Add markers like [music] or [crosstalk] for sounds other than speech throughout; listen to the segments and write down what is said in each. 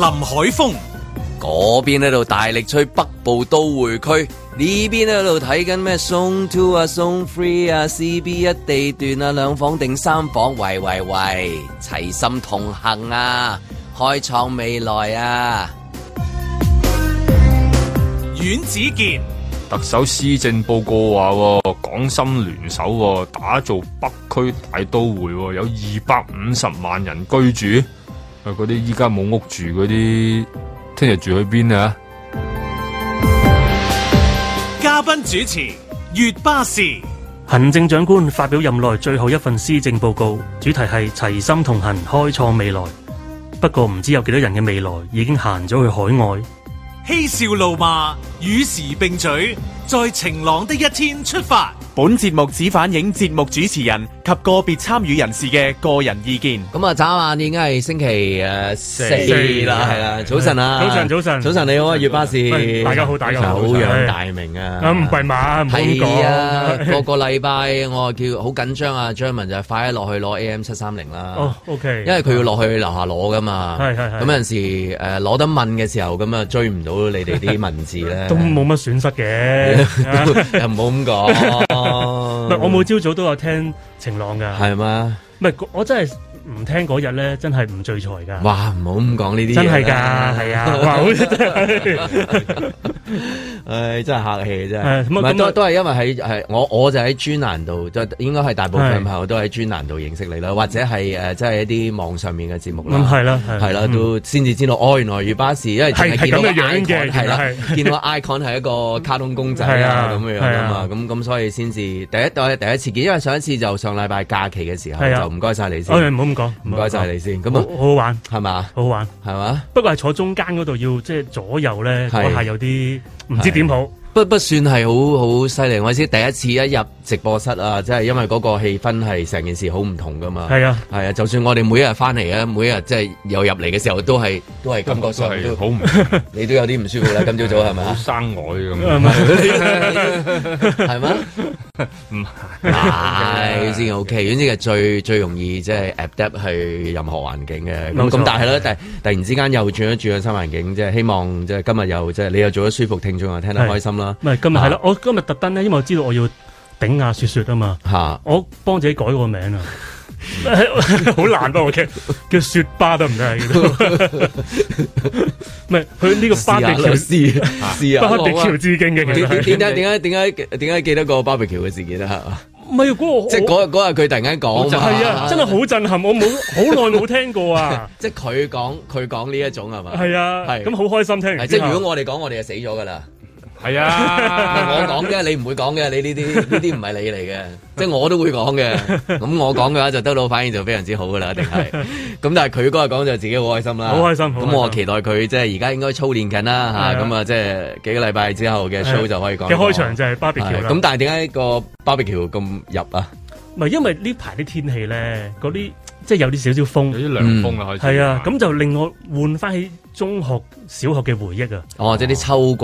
海風。嗰邊喺度大力吹北部都會區，呢邊喺度睇緊咩 Zone Two 啊、Zone Three 啊、CB 一地段啊、兩房定三房，喂喂喂，齊心同行啊，開創未來啊！阮子健，特首施政報告話喎，港深聯手喎，打造北區大都會喎，有二百五十萬人居住。啊，嗰啲依家冇屋住嗰啲，聽日住去邊啊？嘉賓主持，月巴士。行政長官發表任內最後一份施政報告，主題係齊心同行，開創未來。不過唔知有幾多人嘅未來已經行咗去海外。嬉笑怒罵，與時並舉，在晴朗的一天出發。本節目只反映節目主持人及個別參與人士嘅個人意見。咁啊，眨眼已經係星期誒四啦，係啦，早晨啊，早晨早晨早晨你好啊，月巴士，喂大家好大家好久仰大名啊，啊，唔係嘛，唔好咁係 [laughs] 啊，個講。個禮拜我叫好緊張啊，張文就係快啲落去攞 AM 七三零啦。哦，OK，因為佢要落去樓下攞噶嘛，係係係咁有陣時誒攞得問嘅時候，咁啊追唔到你哋啲文字咧，[laughs] [laughs] 都冇乜損失嘅。又唔好咁唔係講。我每朝早都有聽晴朗㗎。係嘛？唔係我真係唔聽嗰日咧，真係唔聚財㗎。哇，唔好咁講呢啲嘢真係㗎，啦係啊， [laughs] 哇，好真係。唉，真係客氣真係，係咁唔啊係咁都啊都係因為喺係我我就喺專欄度，就應該係大部分係朋友都喺專欄度認識你啦，或者係誒即係一啲網上面嘅節目啦，咁係啦，係啦，都先至知道哦，原來魚巴士，因為淨嗯係見到個係咁嘅樣嘅 icon，係啦原來， [laughs] 係見到個 icon 係一個卡通公仔係啊啊咁樣樣啊嘛，係咁咁所以先至第一我係第一次見，因為上一次就上禮拜假期嘅時候係啊就唔該晒你嗯哎先，唔好咁講，唔該晒你先，咁好啊好好玩，係嘛好好玩。係嘛，不過係坐中間嗰度要即係左右咧，係嗰下有啲唔知點好。不不算係好好犀利，我先第一次一入直播室啊，即係因為嗰個氣氛係成件事好唔同噶嘛，係啊，係啊，就算我哋每一日翻嚟啊，每一日即係又入嚟嘅時候都係都係感覺上係都好唔你都有啲唔舒服啦，今朝早係咪好啊？生外咁。 [laughs] 係咩？ [laughs] 唔係先 OK，總之係最最容易即係 adapt 去任何環境嘅。咁冇錯咁但係咧，突突然之間又轉一轉咗新環境，即係希望即係今日又即係你又做得舒服，聽眾又啊聽得係開心啦。唔係今日啊係啦，我今日特登咧，因為我知道我要頂下雪雪啊嘛。嚇，我幫自己改個名 [laughs] 啊，好難啊！我嘅 [laughs] 叫雪巴 [laughs] 得唔得啊？呢度唔係佢呢個試巴下比啦，喬，[laughs] [laughs] 試試巴比啊喬。致敬嘅其點實係點解點解點解點解記得個 barbecue 嘅事件啊？唔係嗰個即係嗰日嗰日佢突然間講嘛，係啊，真係好震撼！[laughs] 我冇好耐冇聽過啊，即係佢講佢講呢一種係嘛？係啊，係咁好開心聽係完即之後。係如果我哋講，我哋就死咗㗎啦。係啊，我講嘅，你唔會講嘅，你呢啲呢啲唔係你嚟 [laughs] 嘅，即係我都會講嘅。咁我講嘅話就得到反應就非常之好噶啦，一定 [laughs] 係。咁但係佢嗰日講就自己好開心啦，好開心好開心咁我期待佢即係而家應該操練緊啦係嚇，啊咁啊即係幾個禮拜之後嘅 show 就可以講。嘅開場就係巴比係喬啦。咁但係點解個 barbecue 咁入啊？唔係因為呢排啲天氣咧，嗰啲即係有啲少少有風，啲涼風啊，開始。係啊，咁就令我換翻起中學、小學嘅回憶啊。哦，即係啲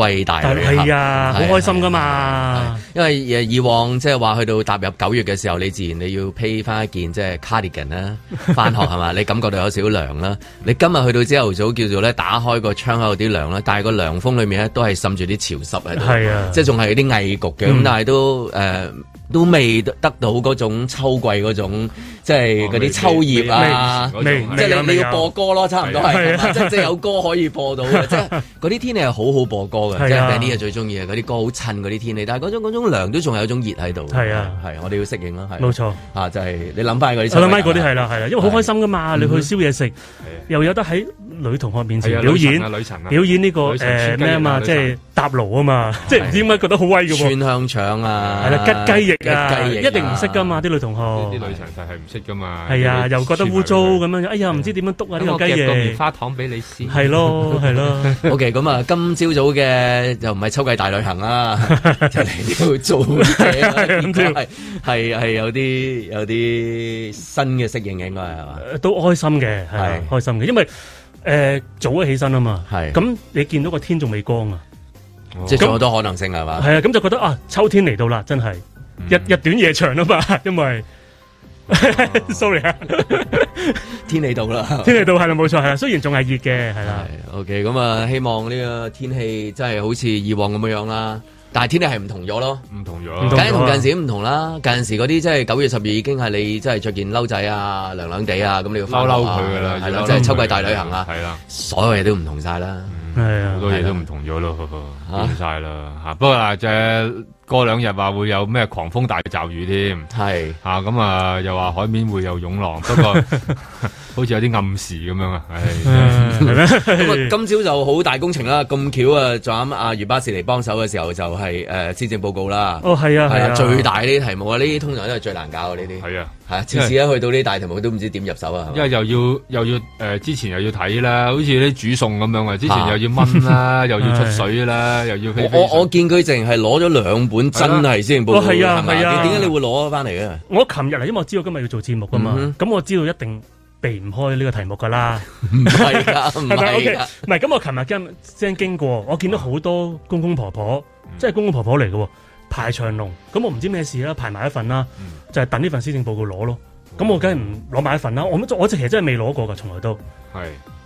秋季大但旅客係啊，好係開心噶係嘛。因為誒以往即係話去到踏入九月嘅時候，你自然你要披翻一件即係 cardigan 啦， [laughs] 翻學係嘛？你感覺到有少少涼啦。你今日去到朝頭早叫做咧打開個窗口有啲涼啦，但係個涼風裏面咧都係滲住啲潮濕喺度，係啊即係仲係有啲翳焗嘅，咁、嗯但係都誒。呃都未得到嗰種秋季嗰種，即係嗰啲秋葉啊，哦未未即係未你有你未有要播歌咯，差唔多係，係係啊嘛即係即係有歌可以播到 [laughs] 嘅，即係嗰啲天氣係好好播歌嘅，即係啊係呢個最中意嘅，嗰啲歌好襯嗰啲天氣，但係嗰種嗰種涼都仲有一種熱喺度，係啊係我哋要適應啦，係冇錯。啊，就係你諗翻嗰啲，啊我諗翻嗰啲係啦，係啦，因為好開心噶嘛，你去宵夜食啊，又有得喺女同學面係啊前表演女神啊，女神啊表演呢個女神誒穿雞咩啊嘛，翼啊即係搭爐啊嘛，即係唔知點解覺得好威嘅喎，串香腸啊，係啦，吉雞翼啊，吉雞翼一定唔識噶嘛，啲女同學啲女神就係唔識噶嘛。哦係啊，又覺得污糟咁樣，哎呀，唔知點樣篤啊呢個雞翼，花糖俾你先係咯係咯， OK，咁啊，今朝早嘅就唔係秋季大旅行 [laughs] 啦，就嚟要做嘢啦，應該係係係有啲有啲新嘅適應嘅，應該係嘛？誒都開心嘅，係啊係開心嘅，因為誒早咗起身啊嘛，係咁你見到個天仲未光啊，即係仲有好多可能性係嘛？ [laughs] 係啊，咁就覺得啊秋天嚟到啦，真係日日短夜長啊嘛，因為 [laughs] sorry 啊，天氣到啦。天氣到係啦，冇錯係啦，雖然仲係熱嘅係啦，係 OK，咁啊，希望呢個天氣真係好似以往咁樣樣啦。但係天氣係唔同咗咯，唔同唔咗同梗係同近時唔同啦。近時嗰啲即係九月十月已經係你即係着件褸仔啊、涼涼地啊，咁你要嬲翻嬲學啊佢噶啦，係啦，要即係嬲秋佢季大旅行啊，係嗯啦，所有嘢都唔同晒啦。係好啊，多嘢都唔同咗咯，啊變晒啦嚇。不過嗱，就過兩日話會有咩狂風大驟雨添。係啊，咁啊，又話海面會有 [laughs] 湧浪，不過好似有啲暗示咁樣啊，唉， [laughs] 嗯係咩？ [laughs] 咁嗯啊，今朝就好大工程啦。咁巧啊，仲啱阿余巴士嚟幫手嘅時候，就係誒施政報告啦。哦係啊係係啊，啊，最大呢啲題目啊，呢啲通常都係最難搞嘅呢啲。係啊，係啊，次次一去到呢啲大題目都唔知點入手啊。係因嘛為又要又要誒、呃之前又要睇啦，好似啲煮餸咁樣啊，之前又要 [laughs] 炆啦，又要出水啦，又要飛我我我見佢淨係攞咗兩本真係施政報告，哦係啊係咪係啊點解你會攞翻嚟 [laughs] 嘅？我琴日嚟，因為我知道今日要做節目噶嘛嗯，咁我知道一定避唔開呢個題目噶啦，唔嗯係㗎，唔係咪係啊？OK，㗎，唔係咁，我琴日跟先經過，我見到好多公公婆婆，嗯即係公公婆婆嚟嘅喎，排長龍，咁我唔知咩事啦，排埋一份啦，嗯就係等呢份施政報告攞咯。咁我梗係唔攞埋一份啦，我我其實真係未攞過㗎，從來都係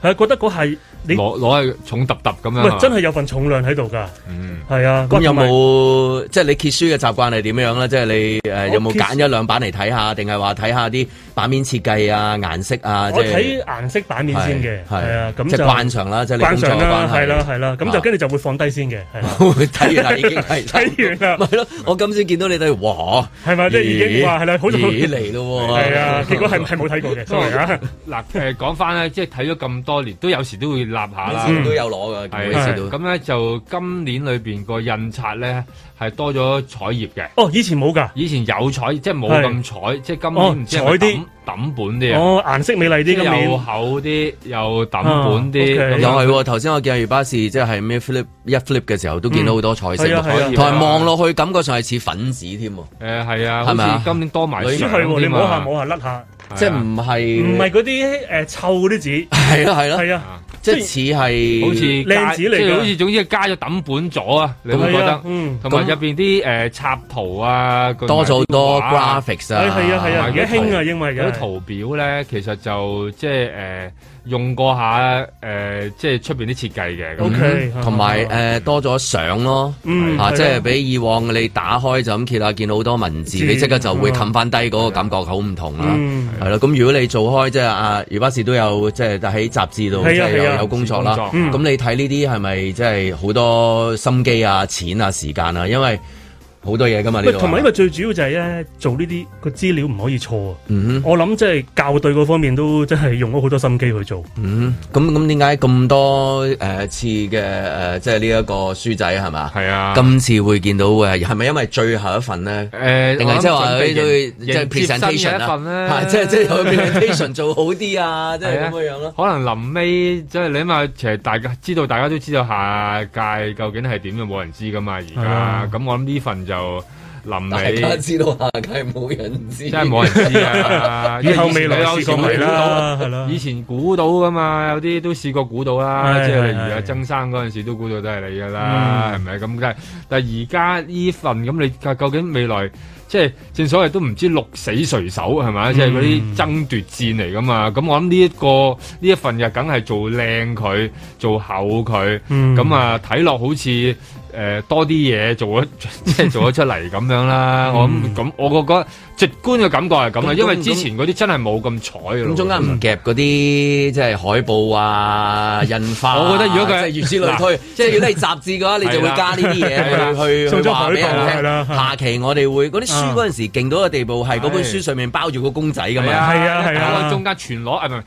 係覺得嗰係你攞攞係重揼揼咁樣啊喂，真係有份重量喺度㗎，嗯係啊。咁喂有同埋冇即係你揭書嘅習慣係點樣咧？即係你誒有冇揀一兩版嚟睇下，定係話睇下啲版面設計啊、顏色啊？即我係睇顏色版面先嘅，係係啊，咁即係就慣常啦，即係你工慣作常嘅關啦，係係啦，係啦，咁啊就跟住就會放低先嘅，係啦 [laughs] 睇完啦已經係 [laughs] 睇完啦咪係咯？我今先見到你哋，哇！係咪？即係已經話係啦，好似咦嚟咯喎！ [laughs] 係啊，結果係係冇睇過嘅，sorry 啊，嗱誒講翻咧，即係睇咗咁多年，都有時都會立下啦。都有攞㗎，係每次都咁咧就今年裏邊個印刷咧係多咗彩頁嘅，哦，以前冇㗎，以前有彩即係冇咁彩，即係今哦年唔知係咪彩啲抌抌本啲啊。哦，顏色美麗即啲係今又年，厚啲，又抌本啲，咁啊，OK 又樣係喎，頭先我見阿余巴士即係咩 flip 一 flip 嘅時候，都見到好多彩色嗯係啊係喎，啊同埋望落去感覺上係似粉紙添喎，誒係啊，係咪啊好似今年多埋咦相係喎，你添摸下啊，摸下甩下，係啊即係唔係唔係嗰啲誒臭嗰啲紙，係咯係咯，係啊，即係似係好似加靚紙嚟㗎即係好似總之加咗抌本咗啊，你會覺係啊得，嗯，同埋咁入邊啲誒插圖啊，佢多咗好多畫啊 graphics 啊，係係啊係啊，而家興啊，因為嗰嘅啲圖表咧，其實就即係誒用過下誒，即係出邊啲設計嘅咁。 ，OK，嗯同埋誒呃多咗相咯。嗯啊，即係係啊比以往你打開就咁揭下，見到好多文字，字你即刻就會冚翻低嗰個感覺好唔同啦。嗯係咯，咁如果你做開即係啊，余巴士都有即係喺雜誌度即係啊係有係啊有工作啦。工作咁你睇呢啲係咪即係好多心機啊、錢啊、時間啊？因為好多嘢噶嘛呢喂，度。同埋因為最主要就係咧，做呢啲個資料唔可以錯啊！嗯我諗即係校對嗰方面都真係用咗好多心機去做。哼嗯哼，咁咁點解咁多誒次嘅誒即係呢一個書仔係嘛？係啊，今次會見到嘅係咪因為最後一份咧？誒，定係即係話我諗準備佢對迎即係迎接新嘅 presentation 一份咧啊，嚇即 [laughs] 係即係佢 presentation 做好啲啊，即係咁樣樣咯。可能臨尾即係你起碼，其實大家知道，大家都知道下屆究竟係點嘅，冇人知噶嘛。而係家啊咁我諗呢份就大臨家尾知道下屆冇人知，真 [laughs] 係冇人知 [laughs] 啊。以後未來有試過咪啦，係啦啊以。前估到噶嘛，有啲都試過估到啦，係即係例如係阿係曾生嗰陣時都估到都係你噶嗯啦，係咪咁？但係但係而家呢份咁，你究竟未來即係正所謂都唔知鹿死誰手係嗯咪？即係嗰啲爭奪戰嚟噶嘛。咁我諗呢一個呢一份就梗係做靚佢，做厚佢，嗯咁啊睇落好似。誒、多啲嘢做咗， [laughs] 即係做咗出嚟咁樣啦。我諗咁，我覺得直觀嘅感覺係咁啦，嗯咁因為咁之前嗰啲真係冇咁彩嘅咯咁中間唔夾嗰啲即係海報啊、印花啊，我覺得如果佢即係如此類推，即係如果你係雜誌嘅話，你就會加呢啲係啦嘢去去送去咗話俾海報係人啦聽。下期我哋會嗰啲書啊嗰陣時勁到嘅地步係嗰本係書上面包住個公仔咁係嘛，啊係啊係啊搞個中間全裸係咪？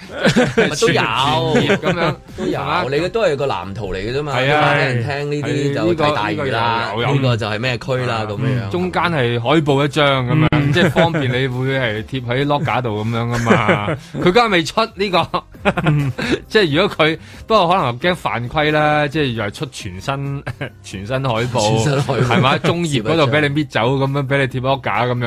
咪都有全全頁咁樣都係嘛有，你嘅都係個藍圖嚟嘅啫嘛。係啊俾人聽呢啲係呢就個睇大魚啦，呢個有有呢個就係咩區啦咁樣樣。[laughs] [laughs] 中間係海報一張咁樣，即係方便你會係貼喺 lock 架度咁樣噶嘛。 [laughs] 佢家未出呢個， [laughs] 即係如果佢不過可能驚犯規啦，即係又係出全身 [laughs] 全身海全報，身海報係嘛？中頁 [laughs] 嗰度俾你搣走咁樣，俾你貼 lock 架咁樣，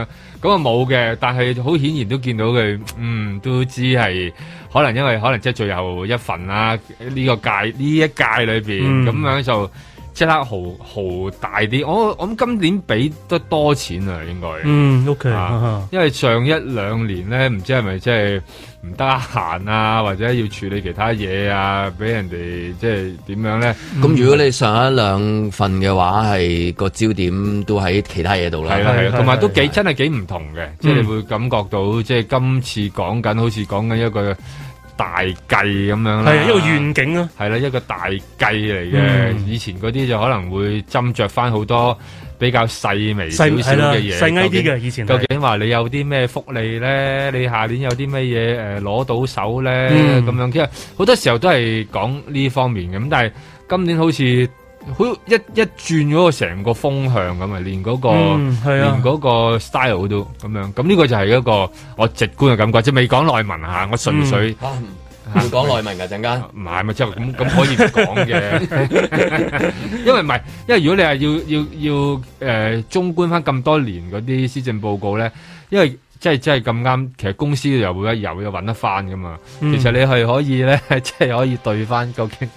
咁啊冇嘅。但係好顯然都見到佢，嗯，都知係可能因為可能即係最後一份啦，呢個屆呢一屆裏邊嗯咁樣就。即刻豪豪大啲。我我諗今年俾得多錢啊，應該。嗯，OK，啊哈哈因為上一兩年咧，唔知係咪即係唔得閒啊，或者要處理其他嘢啊，俾人哋即係點樣咧？咁如果你上一兩份嘅話，係個焦點都喺其他嘢度啦。係啦，係係啦，係同埋都係幾真係幾唔同嘅，即係你會感覺到，即係今次講緊好似講緊一個大計咁樣啦，係一個願景啊，係啦，一個大計嚟嘅。嗯以前嗰啲就可能會斟酌翻好多比較細微少細少係啦，嘅嘢，細埃究竟啲嘅以前究係。竟話你有啲咩福利咧？你下年有啲咩嘢誒攞到手咧？嗯咁、樣其實好多時候都係講呢方面嘅。咁但係今年好似好一一轉嗰個成個風向咁啊，連嗰、個。嗯，係連啊，嗰個 style 都咁樣，咁呢個就係一個我直觀嘅感覺，即係未講內文嚇，我純嗯粹啊唔會講內文㗎陣間。唔係咪即係咁咁可以唔講嘅， [laughs] 因為唔係，因為如果你係要呃要要誒中觀翻咁多年嗰啲施政報告咧，因為即係即係咁啱，其實公司又會又又揾得翻噶嘛，嗯其實你係可以咧， [laughs] 即係可以對翻究竟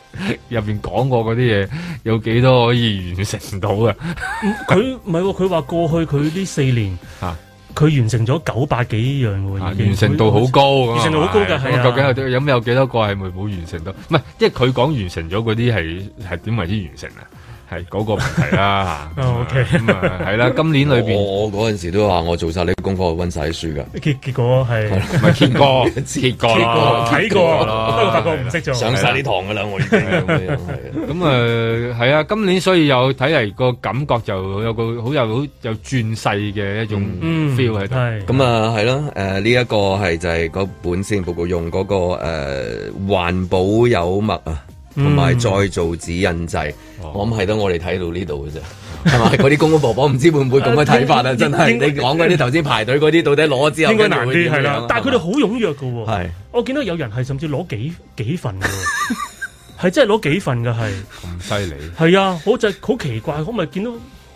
入邊講過嗰啲嘢有幾多可以完成到啊嘅，佢唔係喎，佢話過去佢呢四年啊，佢完成咗九百幾樣喎，啊已經完成度好高咁啊，完成度好高㗎係係咁啊究竟有有有幾多個係冇冇完成到？唔係，即係佢講完成咗嗰啲係係點為之完成啊？係嗰個問題 [laughs] 啦嚇。哦，OK 咁啊係啦，今年裏 [laughs] [laughs] 邊唔我我嗰陣時都話我做晒呢啲功課，温晒啲書㗎。結結果係係 [laughs] 結果，結果結啦果睇過，不過發覺唔係啦識做。上晒呢堂㗎啦，我已經咁樣係咁誒係啊，今年所以有睇嚟個感覺就有個好有好有轉勢嘅一種嗯 feel 喺度。係咁啊，係咯，誒呢一個係就係嗰本先報告用嗰、個誒、呃、環保有墨啊，嗯同埋再造指引制，哦我諗係得我哋睇到呢度嘅啫。係咪？ [laughs] 嗰啲公公婆婆唔知會唔會咁嘅睇法啊？真係應該你講嗰啲頭先排隊嗰啲，到底攞咗之後應該難跟啲住會係點樣啦啊，但係佢哋好踴躍㗎喎。係我見到有人係甚至攞幾幾份㗎喎， [laughs] 係真係攞幾份㗎咁係。犀利，係啊，好就好奇怪，我咪見到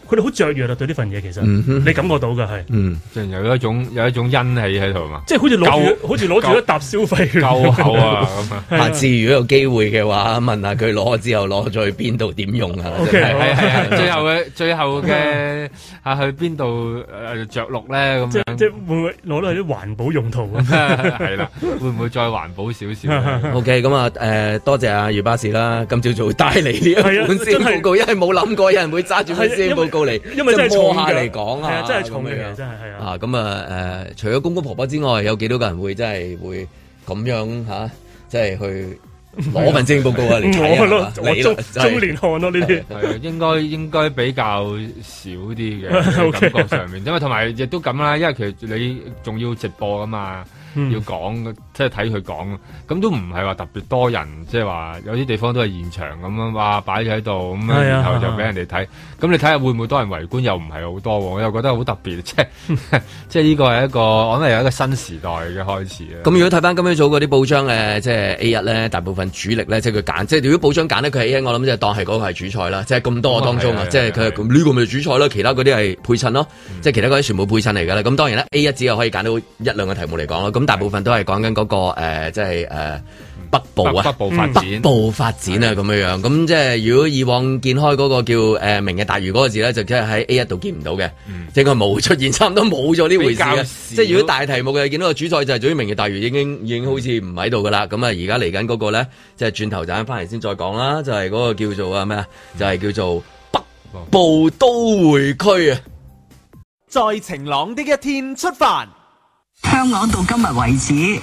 佢哋好雀躍啊，對呢份嘢其實嗯哼你感覺到㗎係，嗯，即係有一種有一種欣喜喺 [laughs] 度嘛，即係好似攞夠住好似攞住一沓消費券夠厚啊咁啊！係下啊次如果有機會嘅話，問下佢攞咗之後攞咗去邊度點用啊？ OK，真係好係 [laughs] 係係，最後嘅最後嘅啊去邊度誒着陸咧咁即樣， [laughs] 即會唔會攞到啲環保用 [laughs] 途啊？係啦，會唔會再環保少少呢？ [laughs] OK，咁啊，誒、多謝阿余巴士啦，今朝早帶嚟呢係一啊本先真係啊報告，因為冇諗過有人會揸住本先報告嚟， [laughs] 因為真係即係摸重下㗎嚟講係啊，啊，真係重嘅，咁其樣實真係係啊。啊，咁啊，誒、除咗公公婆婆之外，有幾多個人會真係會咁樣嚇、即係去攞 [laughs] 份先報告啊嚟睇嗯我啊咯，係嘛你我啦中真係中年漢咯呢啲，係啊，應該應該比較少啲 [laughs] 嘅 OK 感覺上面，因為同埋亦都咁啦，因為其實你仲要直播噶嘛，嗯要講即係睇佢講，咁都唔係話特別多人，即係話有啲地方都係現場咁樣，哇擺咗喺度咁樣，係啊然後係就啊俾人哋睇，咁你睇下會唔會多人圍觀？又唔係好多喎，我又覺得好特 [laughs] 別，即係即係呢個係一個我諗係有一個新時代嘅開始啊！咁如果睇翻今朝早嗰啲報章誒，即係 A 一咧，大部分主力咧，即係佢揀，即係如果報章揀咧，佢係 A 一，我諗就當係嗰個係主菜啦，即係咁多個當中咁啊啊，係即係佢係係咁呢個咪主菜啦，其他嗰啲係配襯咯，即係其他嗰啲全部配襯嚟㗎啦。咁當然啦，A 一只係可以揀到一兩個題目嚟講啦，咁大部分都係講緊嗰個誒，即係誒北部啊北。部發北展。部發展啊，咁樣樣，咁即係如果以往見開嗰個叫誒、呃明日大嶼嗰個字咧，就即係喺 A 一度見唔到嘅，即係佢冇出現，差唔多冇咗呢回嗯比事較嘅。少即係如果大題目嘅見到個主菜就係屬於明日大嶼已經已經好似唔喺度噶啦，咁啊而家嚟緊嗰個咧，即係轉頭陣翻嚟先再講啦，就係、嗰個叫做啊咩啊，就係、叫做北部都會區啊。在晴朗的一天出發。香港到今日為止，誒、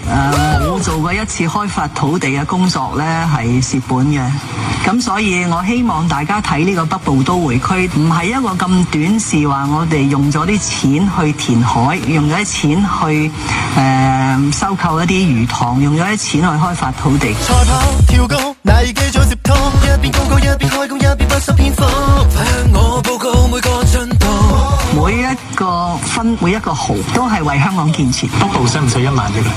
冇做過一次開發土地嘅工作呢係蝕本嘅。咁所以我希望大家睇呢個北部都會區，唔係一個咁短視話我哋用咗啲錢去填海，用咗啲錢去誒、呃收購一啲魚塘，用咗啲錢去開發土地。菜頭跳高，奶機組接通，一邊高歌一邊開工，一邊不修邊幅，快向我報告每個進度。每一個分每一個毫都係為香港建設，北部使唔使一萬億啊？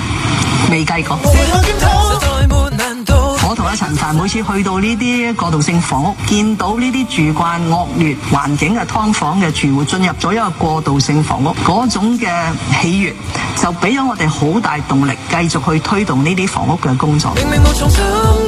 未計過。射向點頭，實在沒難度。我同阿陳凡每次去到呢啲過渡性房屋，見到呢啲住慣惡劣環境嘅劏房嘅住戶進入咗一個過渡性房屋，嗰種嘅喜悦就俾咗我哋好大動力，繼續去推動呢啲房屋嘅工作。明明無從心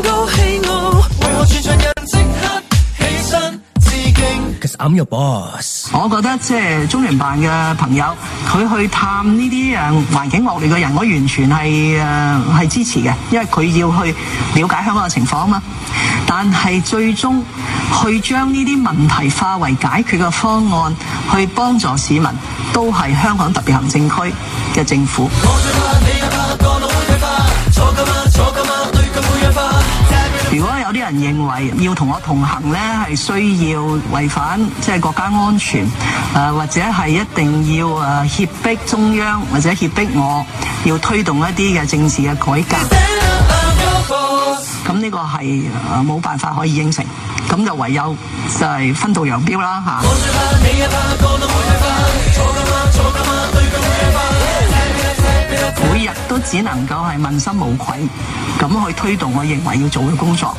高氣傲，為何全場人即刻起身？自，boss，I'm your boss。我覺得即係中聯辦嘅朋友，佢去探呢啲誒環境惡劣嘅人，我完全係誒係支持嘅，因為佢要去了解香港嘅情況啊嘛。但係最終去將呢啲問題化為解決嘅方案，去幫助市民，都係香港特別行政區嘅政府。如果有啲人認為要同我同行呢，係需要違反即係國家安全，誒、呃或者係一定要誒、呃、脅迫中央或者脅迫我，要推動一啲嘅政治嘅改革。咁呢個係呃冇、辦法可以應承，咁就唯有就係分道揚镳啦嚇。每日都只能夠係問心無愧咁去推動我認為要做嘅工作。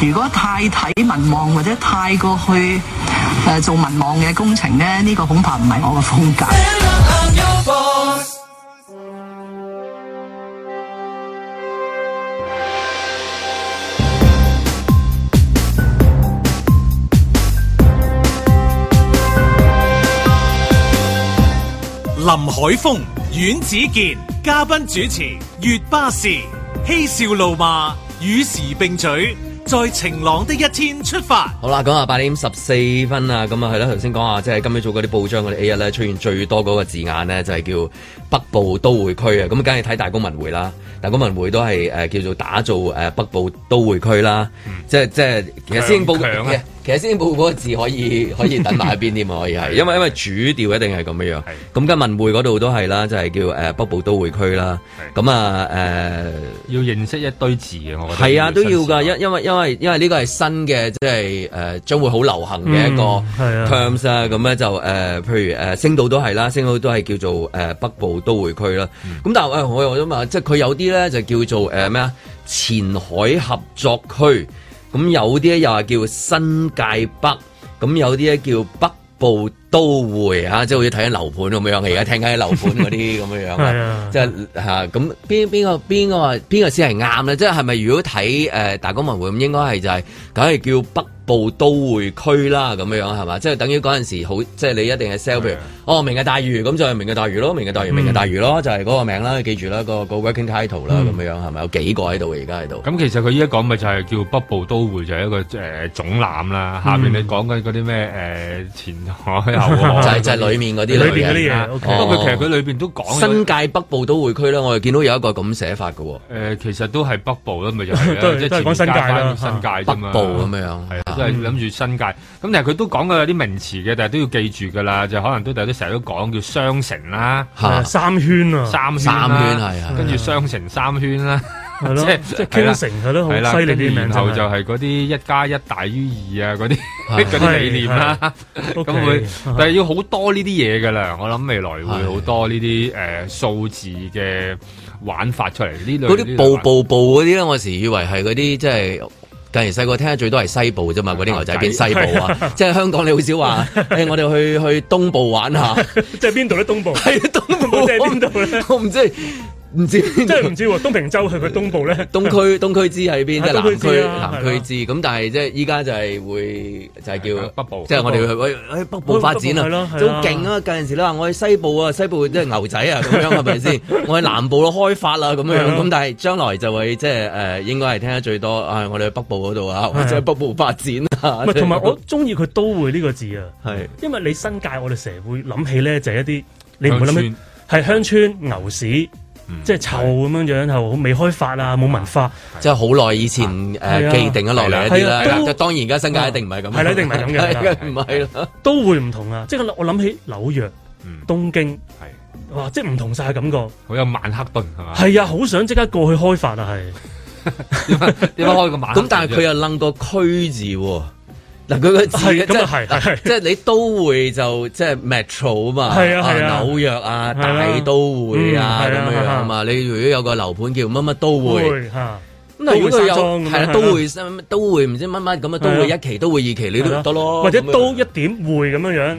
如果太睇民望或者太過去誒、呃做民望嘅工程呢，呢、個恐怕唔係我嘅風格。林海峰、阮子健嘉賓主持，粵巴士嬉笑怒罵，與時並舉，在晴朗的一天出發。好啦，講啊下八點十四分啊，咁啊係啦，頭先講下即係今朝早嗰啲報章嗰啲 A 一咧出現最多嗰個字眼呢，就係、叫北部都會區啊，咁梗係睇大公文匯啦，大公文匯都係誒、呃叫做打造誒、呃北部都會區啦，即係即係其實施政報強強啊其實其實施政報告嗰個字可以可以等埋一邊添啊，可以係，因為因為主調一定係咁樣樣。咁跟文匯嗰度都係啦，就係、叫誒、呃北部都會區啦。咁啊誒。呃要認識一堆字嘅，我覺得係啊，都要㗎，新鮮因因為因為因為呢個係新嘅，即係誒將會好流行嘅一個嗯係啊 terms 啊，咁咧就誒、呃譬如誒、呃星島都係啦，星島都係叫做誒、呃北部都會區啦。咁、但係、呃我又想問，即係佢有啲咧就叫做誒咩啊前海合作區，咁有啲咧又係叫新界北，咁有啲咧叫北部都會啊，即係好似睇緊樓盤咁樣，而家聽緊啲樓盤嗰啲咁樣樣啊 [laughs] 係啊即係嚇咁邊邊個邊個邊個先係啱咧？即係係咪如果睇誒、呃大公文匯咁，應該係就係梗係叫北部都會區啦咁樣係嘛？即係等於嗰陣時好，即係你一定係 sell 譬如哦明日大嶼咁就係明日大嶼咯，明日大嗯嶼明日大嶼咯，就係嗰個名啦，記住啦，個個 working title 啦咁樣係咪？有幾個喺度啊嘅而家喺度？嗯咁其實佢依家講咪就係叫北部都會，就係一個誒、呃、總覽啦。下面你講緊嗰啲咩誒前海後 [laughs] 就係海，就係裡面嗰啲裏邊嗰啲嘢。嘢不 OK 過佢其實佢裏邊都講咗新界北部都會區啦，我哋見到有一個咁寫法嘅喎，誒、其實都係北部啦，咪就係都啦係即係都係講前面加返新界啦新界北啫嘛。部咁樣係啊，都係諗住新界。咁但係佢都講過有啲名詞嘅，但係都要記住㗎啦，就可能都大家都成日都講叫雙城啦、嚇係三圈啊，三圈三啦圈係係跟住雙城三圈啦，係咯，即係即係係啦傾城係咯，好係啦，犀利跟住啲名然後就真係係嗰啲一加一大於二啊，嗰啲係嗰啲理念啦。 [laughs] OK 咁會，但係要好多呢啲嘢㗎啦。我諗未來會好多呢啲誒數字嘅玩法出嚟。呢類嗰啲呢類步玩步步嗰啲咧，我有時以為係嗰啲嗯即係。近年細個聽得最多係西部啫嘛，嗰啲牛仔邊西部 [laughs] 啊，即係香港你好少話，誒我哋去去東部玩下，即係邊度咧？ [laughs] 東 [laughs] 部係東部即係邊度咧？我唔知，唔知邊即係度唔知喎，東平洲去佢東部咧，東 [laughs] 區東區知喺邊，即係啊南東區區知啊南區知，咁但係即係依家就係會就係叫北部即係我哋去喂去北部發展係啊咯，係咯即係好勁啊！近陣時咧話我去西部啊，西部即係牛仔啊咁樣係咪 [laughs] 先？我去南部咯開發啦咁樣係咯咁，但係將來就會即呃係誒應該係聽得最多啊！我哋去北部嗰度啊，或者去北部發展 [laughs] 啊，唔係同埋我中意佢都會呢個字啊，係因為你新界我哋成日會諗起咧就係一啲你唔會鄉諗起村係鄉村牛屎，即係臭咁樣樣，又未開發啊，冇文化，嗯即係好耐以前誒啊既定咗落嚟一啲啦。係啊係啦都就當然而家新界一定唔係咁，係啦一定 [laughs] 唔係咁嘅係啊唔係啦。都會唔同啊！即係我諗起紐約嗯、東京，係哇！即係唔同晒感覺，好有曼克頓係嘛？係啊，好想即刻過去開發啊，係。點解開個曼克頓啫？啊咁但係佢又楞個區字喎。嗱，佢 [laughs] 個字係即咁啊係嗱係即係你都會就即係 metro 啊嘛，係啊係啊紐約啊，係啦大都會啊嗯咁係啊樣樣啊嘛。你如果有個樓盤叫乜乜都會，咁嚇，但係如果佢有都會山莊咁樣係啦，係啦都會山都會唔知乜乜咁啊，都會係一啊期都會二期，你係都啦得咯，或者咁樣啊都一點會咁樣樣，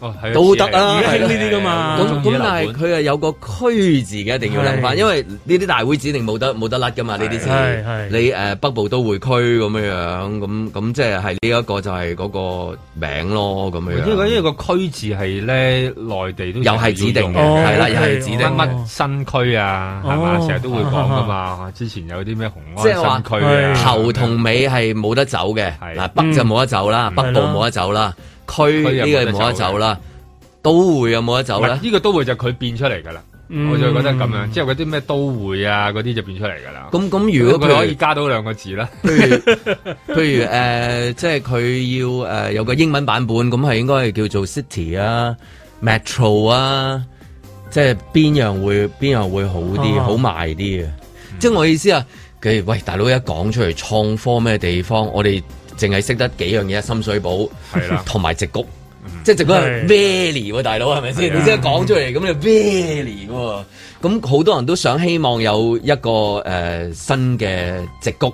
哦，係啊都得啊而家興呢啲㗎嘛咁咁，但係佢係有個區字嘅，一定要諗翻，係因為呢啲大會指定冇得冇得甩噶嘛，呢啲係字係你誒北部都會區咁樣樣，咁咁即係係呢一個就係嗰個名咯，咁樣因為樣因為個區字係咧，內地都啊又係指定嘅，哦係啦，又係 OK，指乜定哦嘅。乜新區啊，係嘛，哦啊成日都會講噶嘛。之前有啲咩紅即係話安新區啊，頭同尾係冇得走嘅，係嗱北就冇得走啦，嗯北部冇得走啦，區呢個冇得走啦，都會又冇得走唔係啦。呢個都會就佢變出嚟㗎啦。嗯我就覺得咁樣，之後嗰啲咩都會啊，嗰啲就變出嚟㗎啦。咁咁如果佢可以譬加到兩個字啦，如譬如 [laughs] 譬如誒，即係佢要誒、呃有個英文版本，咁係應該係叫做 city 啊、metro 啊，即係邊樣會邊樣會好啲、啊哦好賣啲嘅。即係我意思啊，佢喂大佬一講出嚟創科咩地方，我哋淨係識得幾樣嘢，深水埗。係啦。 [laughs] 嗯同埋直谷，即係直谷係係 valley 喎，大佬係咪先？係啊你即係講出嚟咁就 valley 喎，咁好多人都想希望有一個誒、呃新嘅直谷。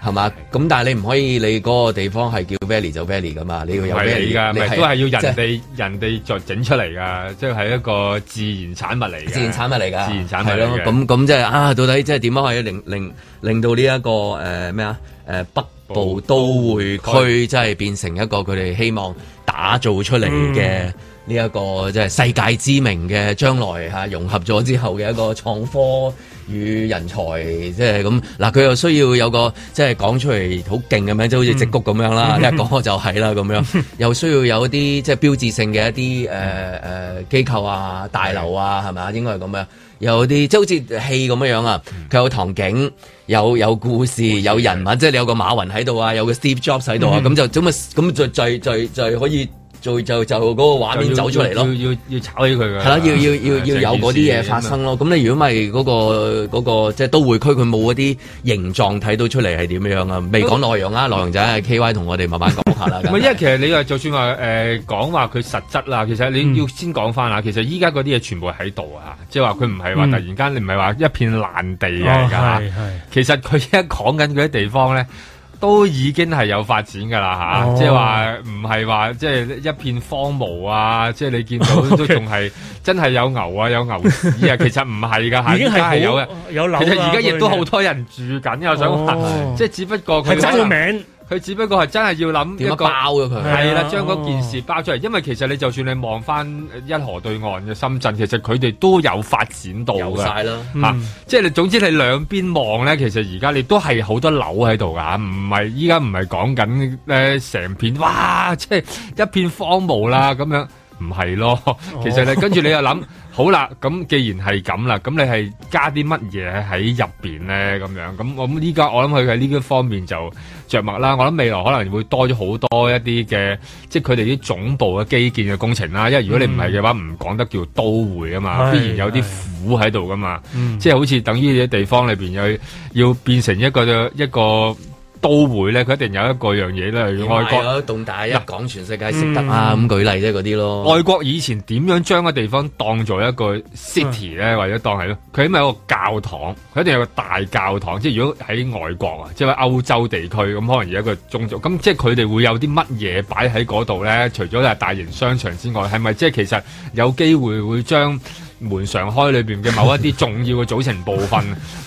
係嘛？咁但係你唔可以，你嗰個地方係叫 valley 就 valley 噶嘛，你要唔有係 valley，你㗎，你咪都係要人即係哋人哋就整出嚟㗎，即係一個自然產物嚟嘅。自然產物嚟㗎，自然產物嚟係嘅咯。咁咁即係啊，到底即係點樣可以令令令到呢、一個誒咩啊誒北部都會區即係變成一個佢哋希望打造出嚟嘅呢一個即係世界知名嘅將來嚇融合咗之後嘅一個創科。與人才即係咁嗱，佢又需要有個即係講出嚟好勁嘅名，即係好似直谷咁樣啦，一講我就係啦咁樣，又需要有啲即係標誌性嘅一啲誒呃誒機構啊、大樓啊，係咪啊？應該係咁樣，有啲即係好似戲咁樣樣啊，佢有堂景。有有故事，有人物，即係你有個馬雲喺度啊，有個 Steve Jobs 喺度啊，咁就咁啊，咁就就就就可以就就就嗰個畫面走出嚟咯。要要要要炒起佢㗎。係啦，要要要成要有嗰啲件嘢事啊發生咯。咁你如果咪嗰個嗰個即係都會區，佢冇嗰啲形狀睇到出嚟係點樣啊？未講內容啊，內容就係 K Y 同我哋慢慢講下啦。嗯啊唔啊係，因為其實你話就算話誒講話佢實質啦，其實嗯你要先講翻啦。其實依家嗰啲嘢全部喺度啊，即係話佢唔係話突然間，你唔係話一片爛地啊而家嗯哦係係其實佢而家講緊嗰啲地方咧，都已經係有發展㗎啦哦嚇，即係話唔係話即係一片荒蕪啊，即係你見到 [laughs] 都仲係真係有牛啊，有牛屎啊，其實唔係㗎嚇，已經而係家好係有嘅。有樓啊，其實而家亦都好嗰多人住緊，我樣嘢想話，哦即係只不過佢係真個名，佢只不過係真係要諗點一樣個包。咗佢？係係啦啊，將嗰件事包出嚟，因為其實你就算你望翻一河對岸嘅深圳，其實佢哋都有發展到有嘅，晒啦，嗯嚇啊即係你總之你兩邊望咧，其實而家你都係好多樓喺度㗎，唔係依家唔係講緊咧成片哇，即係一片荒蕪啦咁樣，唔係咯。哦其實你跟住你又諗，好啦，咁既然係咁啦，咁你係加啲乜嘢喺入邊咧？咁樣咁我諗依家我諗佢喺呢個方面就着墨啦。我諗未來可能會多咗好多一啲嘅，即係佢哋啲總部嘅基建嘅工程啦。因為如果你唔係嘅話，唔講得叫都會啊嘛，係必然有啲係苦喺度㗎嘛。即係好似等於啲地方裏邊有要變成一個一個都會咧，佢一定有一個樣嘢咧。外國嗯有一棟大一講全世界識得啊，咁舉例啫嗰啲咯。外國以前點樣將個地方當做一個 city 咧，或者當係咯，佢起碼有個教堂，佢一定有個大教堂。即係如果喺外國啊，即係歐洲地區咁，可能有一個宗族咁，即係佢哋會有啲乜嘢擺喺嗰度咧？除咗係大型商場之外，係咪即係其實有機會會將？門常開裏邊嘅某一啲重要嘅組成部分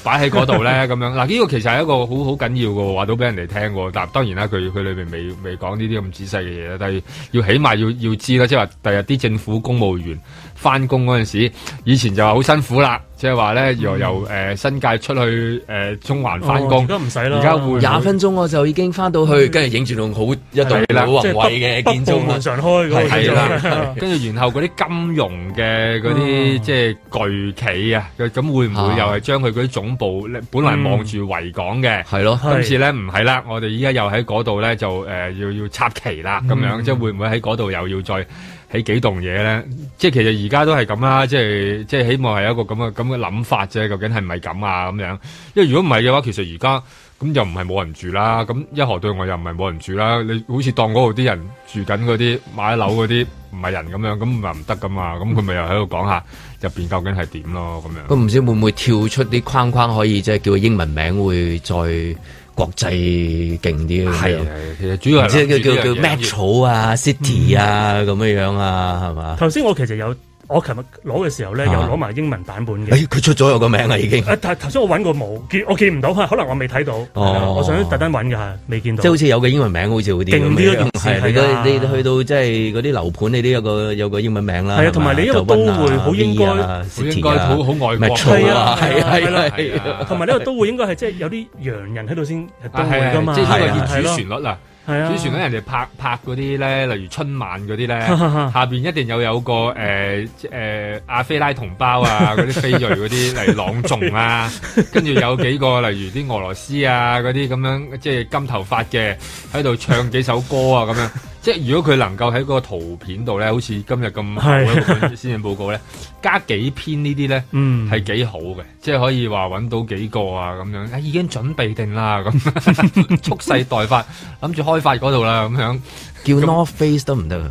擺喺嗰度咧，咁樣嗱，呢個其實係一個好好緊要嘅喎，話到俾人哋聽喎。但當然啦，佢佢裏邊未未講呢啲咁仔細嘅嘢啦，但係要起碼要要知啦，即係話第日啲政府公務員翻工嗰陣時，以前就話好辛苦啦，即係話咧由由誒新界出去誒、呃中環翻工而，家唔使啦，而家、會唔會嗯廿分鐘我就已經翻到去，跟住影住棟好一係棟啦好宏即係偉北嘅北建部築物門。常開嗰個係建築 [laughs] [laughs] 物啦，跟住然後嗰啲金融嘅嗰啲即係巨企啊，咁會唔會又係將佢嗰啲總部咧本來望住維港嘅？係咯，係今次咧唔係啦，我哋依家又喺嗰度咧就誒、呃要要插旗啦，咁樣、即係會唔會喺嗰度又要再起幾棟嘢咧？即係其實而家都係咁啦，即係即係希望係一個咁嘅咁嘅諗法啫。究竟係咪咁啊？咁樣，因為如果唔係嘅話，其實而家咁又唔係冇人住啦，咁一河對岸又唔係冇人住啦。你好似當嗰度啲人住緊嗰啲買樓嗰啲唔係人咁樣，咁咪唔得噶嘛。咁佢咪又喺度講下入邊究竟係點咯咁樣。咁唔知會唔會跳出啲框框，可以即係叫英文名會再國際勁啲嘅。係啊係，其實主要唔知係叫叫叫咩 metro 啊、city 啊咁樣樣啊，係嘛？頭先我其實有我琴日攞嘅時候咧，有啊攞埋英文版本嘅。誒，哎佢出咗我個名啊啦，已經，誒頭頭先我揾過冇，見我見唔到，可能我未睇到。係啦我想特登揾嘅係，未見到。即係好似有個英文名，好似好啲勁啲咯咁樣件事係你係啊嗰你去到即係嗰啲樓盤，你都有個有個英文名啦。係啊係嘛同埋你因為都會好應該 Dowen 啊好 City 應該啊好好外國 metro 啊，係係啊係係啊係係 [laughs] 啊同埋呢個都會應該係即係有啲洋人喺度先係都啊會係㗎嘛，啊，即係係呢啊個係叫咯主旋律啊！係啊，主旋律人哋拍拍嗰啲咧，例如春晚嗰啲咧， [laughs] 下邊一定有有個誒誒阿非拉同胞 [laughs] 啊，嗰啲非裔嗰啲嚟朗誦啊，跟住有幾個例如啲俄羅斯啊嗰啲咁樣，即係金頭髮嘅喺度唱幾首歌啊咁樣。即係如果佢能夠喺個圖片度咧，好似今日咁好係嘅本施政報告咧，加幾篇呢啲咧。嗯係幾好嘅，即係可以話揾到幾個啊咁樣，啊已經準備定啦 [laughs] 咁，蓄勢待發，諗住開發嗰度啦咁樣。 [laughs] 叫 North Face 得唔得啊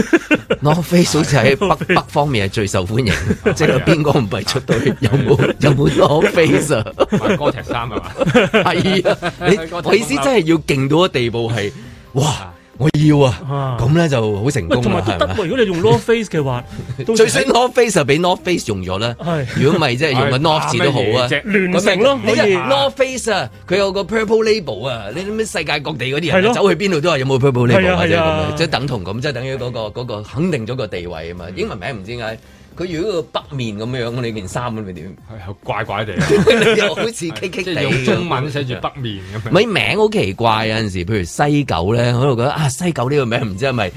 [laughs] ？North Face 好似喺北北方面係最受歡迎，即係邊個唔係出到去？有冇有冇 North Face 啊？買歌踢衫係嘛？係啊，你我意思真係要勁到個地步係，哇！我要啊啊，咁咧就好成喂，功同埋啦，都得啊係喎。咪？如果你用 low face 嘅話，都最衰 North Face 就俾 North Face 用咗啦係，如果唔係即係用個 North 字都好啊。係亂成咯，可你以一 North Face 啊，佢有個 purple label 啊，你咩世界各地嗰啲係人啊咯走去邊度都話有冇 purple 係 label 啊或者係咁啊樣，即係等同咁，即係等於嗰個嗰個肯定咗個地位啊嘛。英文名唔知點解，佢如果個北面咁樣，你件衫咁你點？ [laughs] 係怪怪地啊，你又好似棘棘地即係咁用樣。中文寫住北面咁樣。咪名好奇怪，有陣時，譬如西九咧，我喺度覺得啊，西九呢個名唔知係咪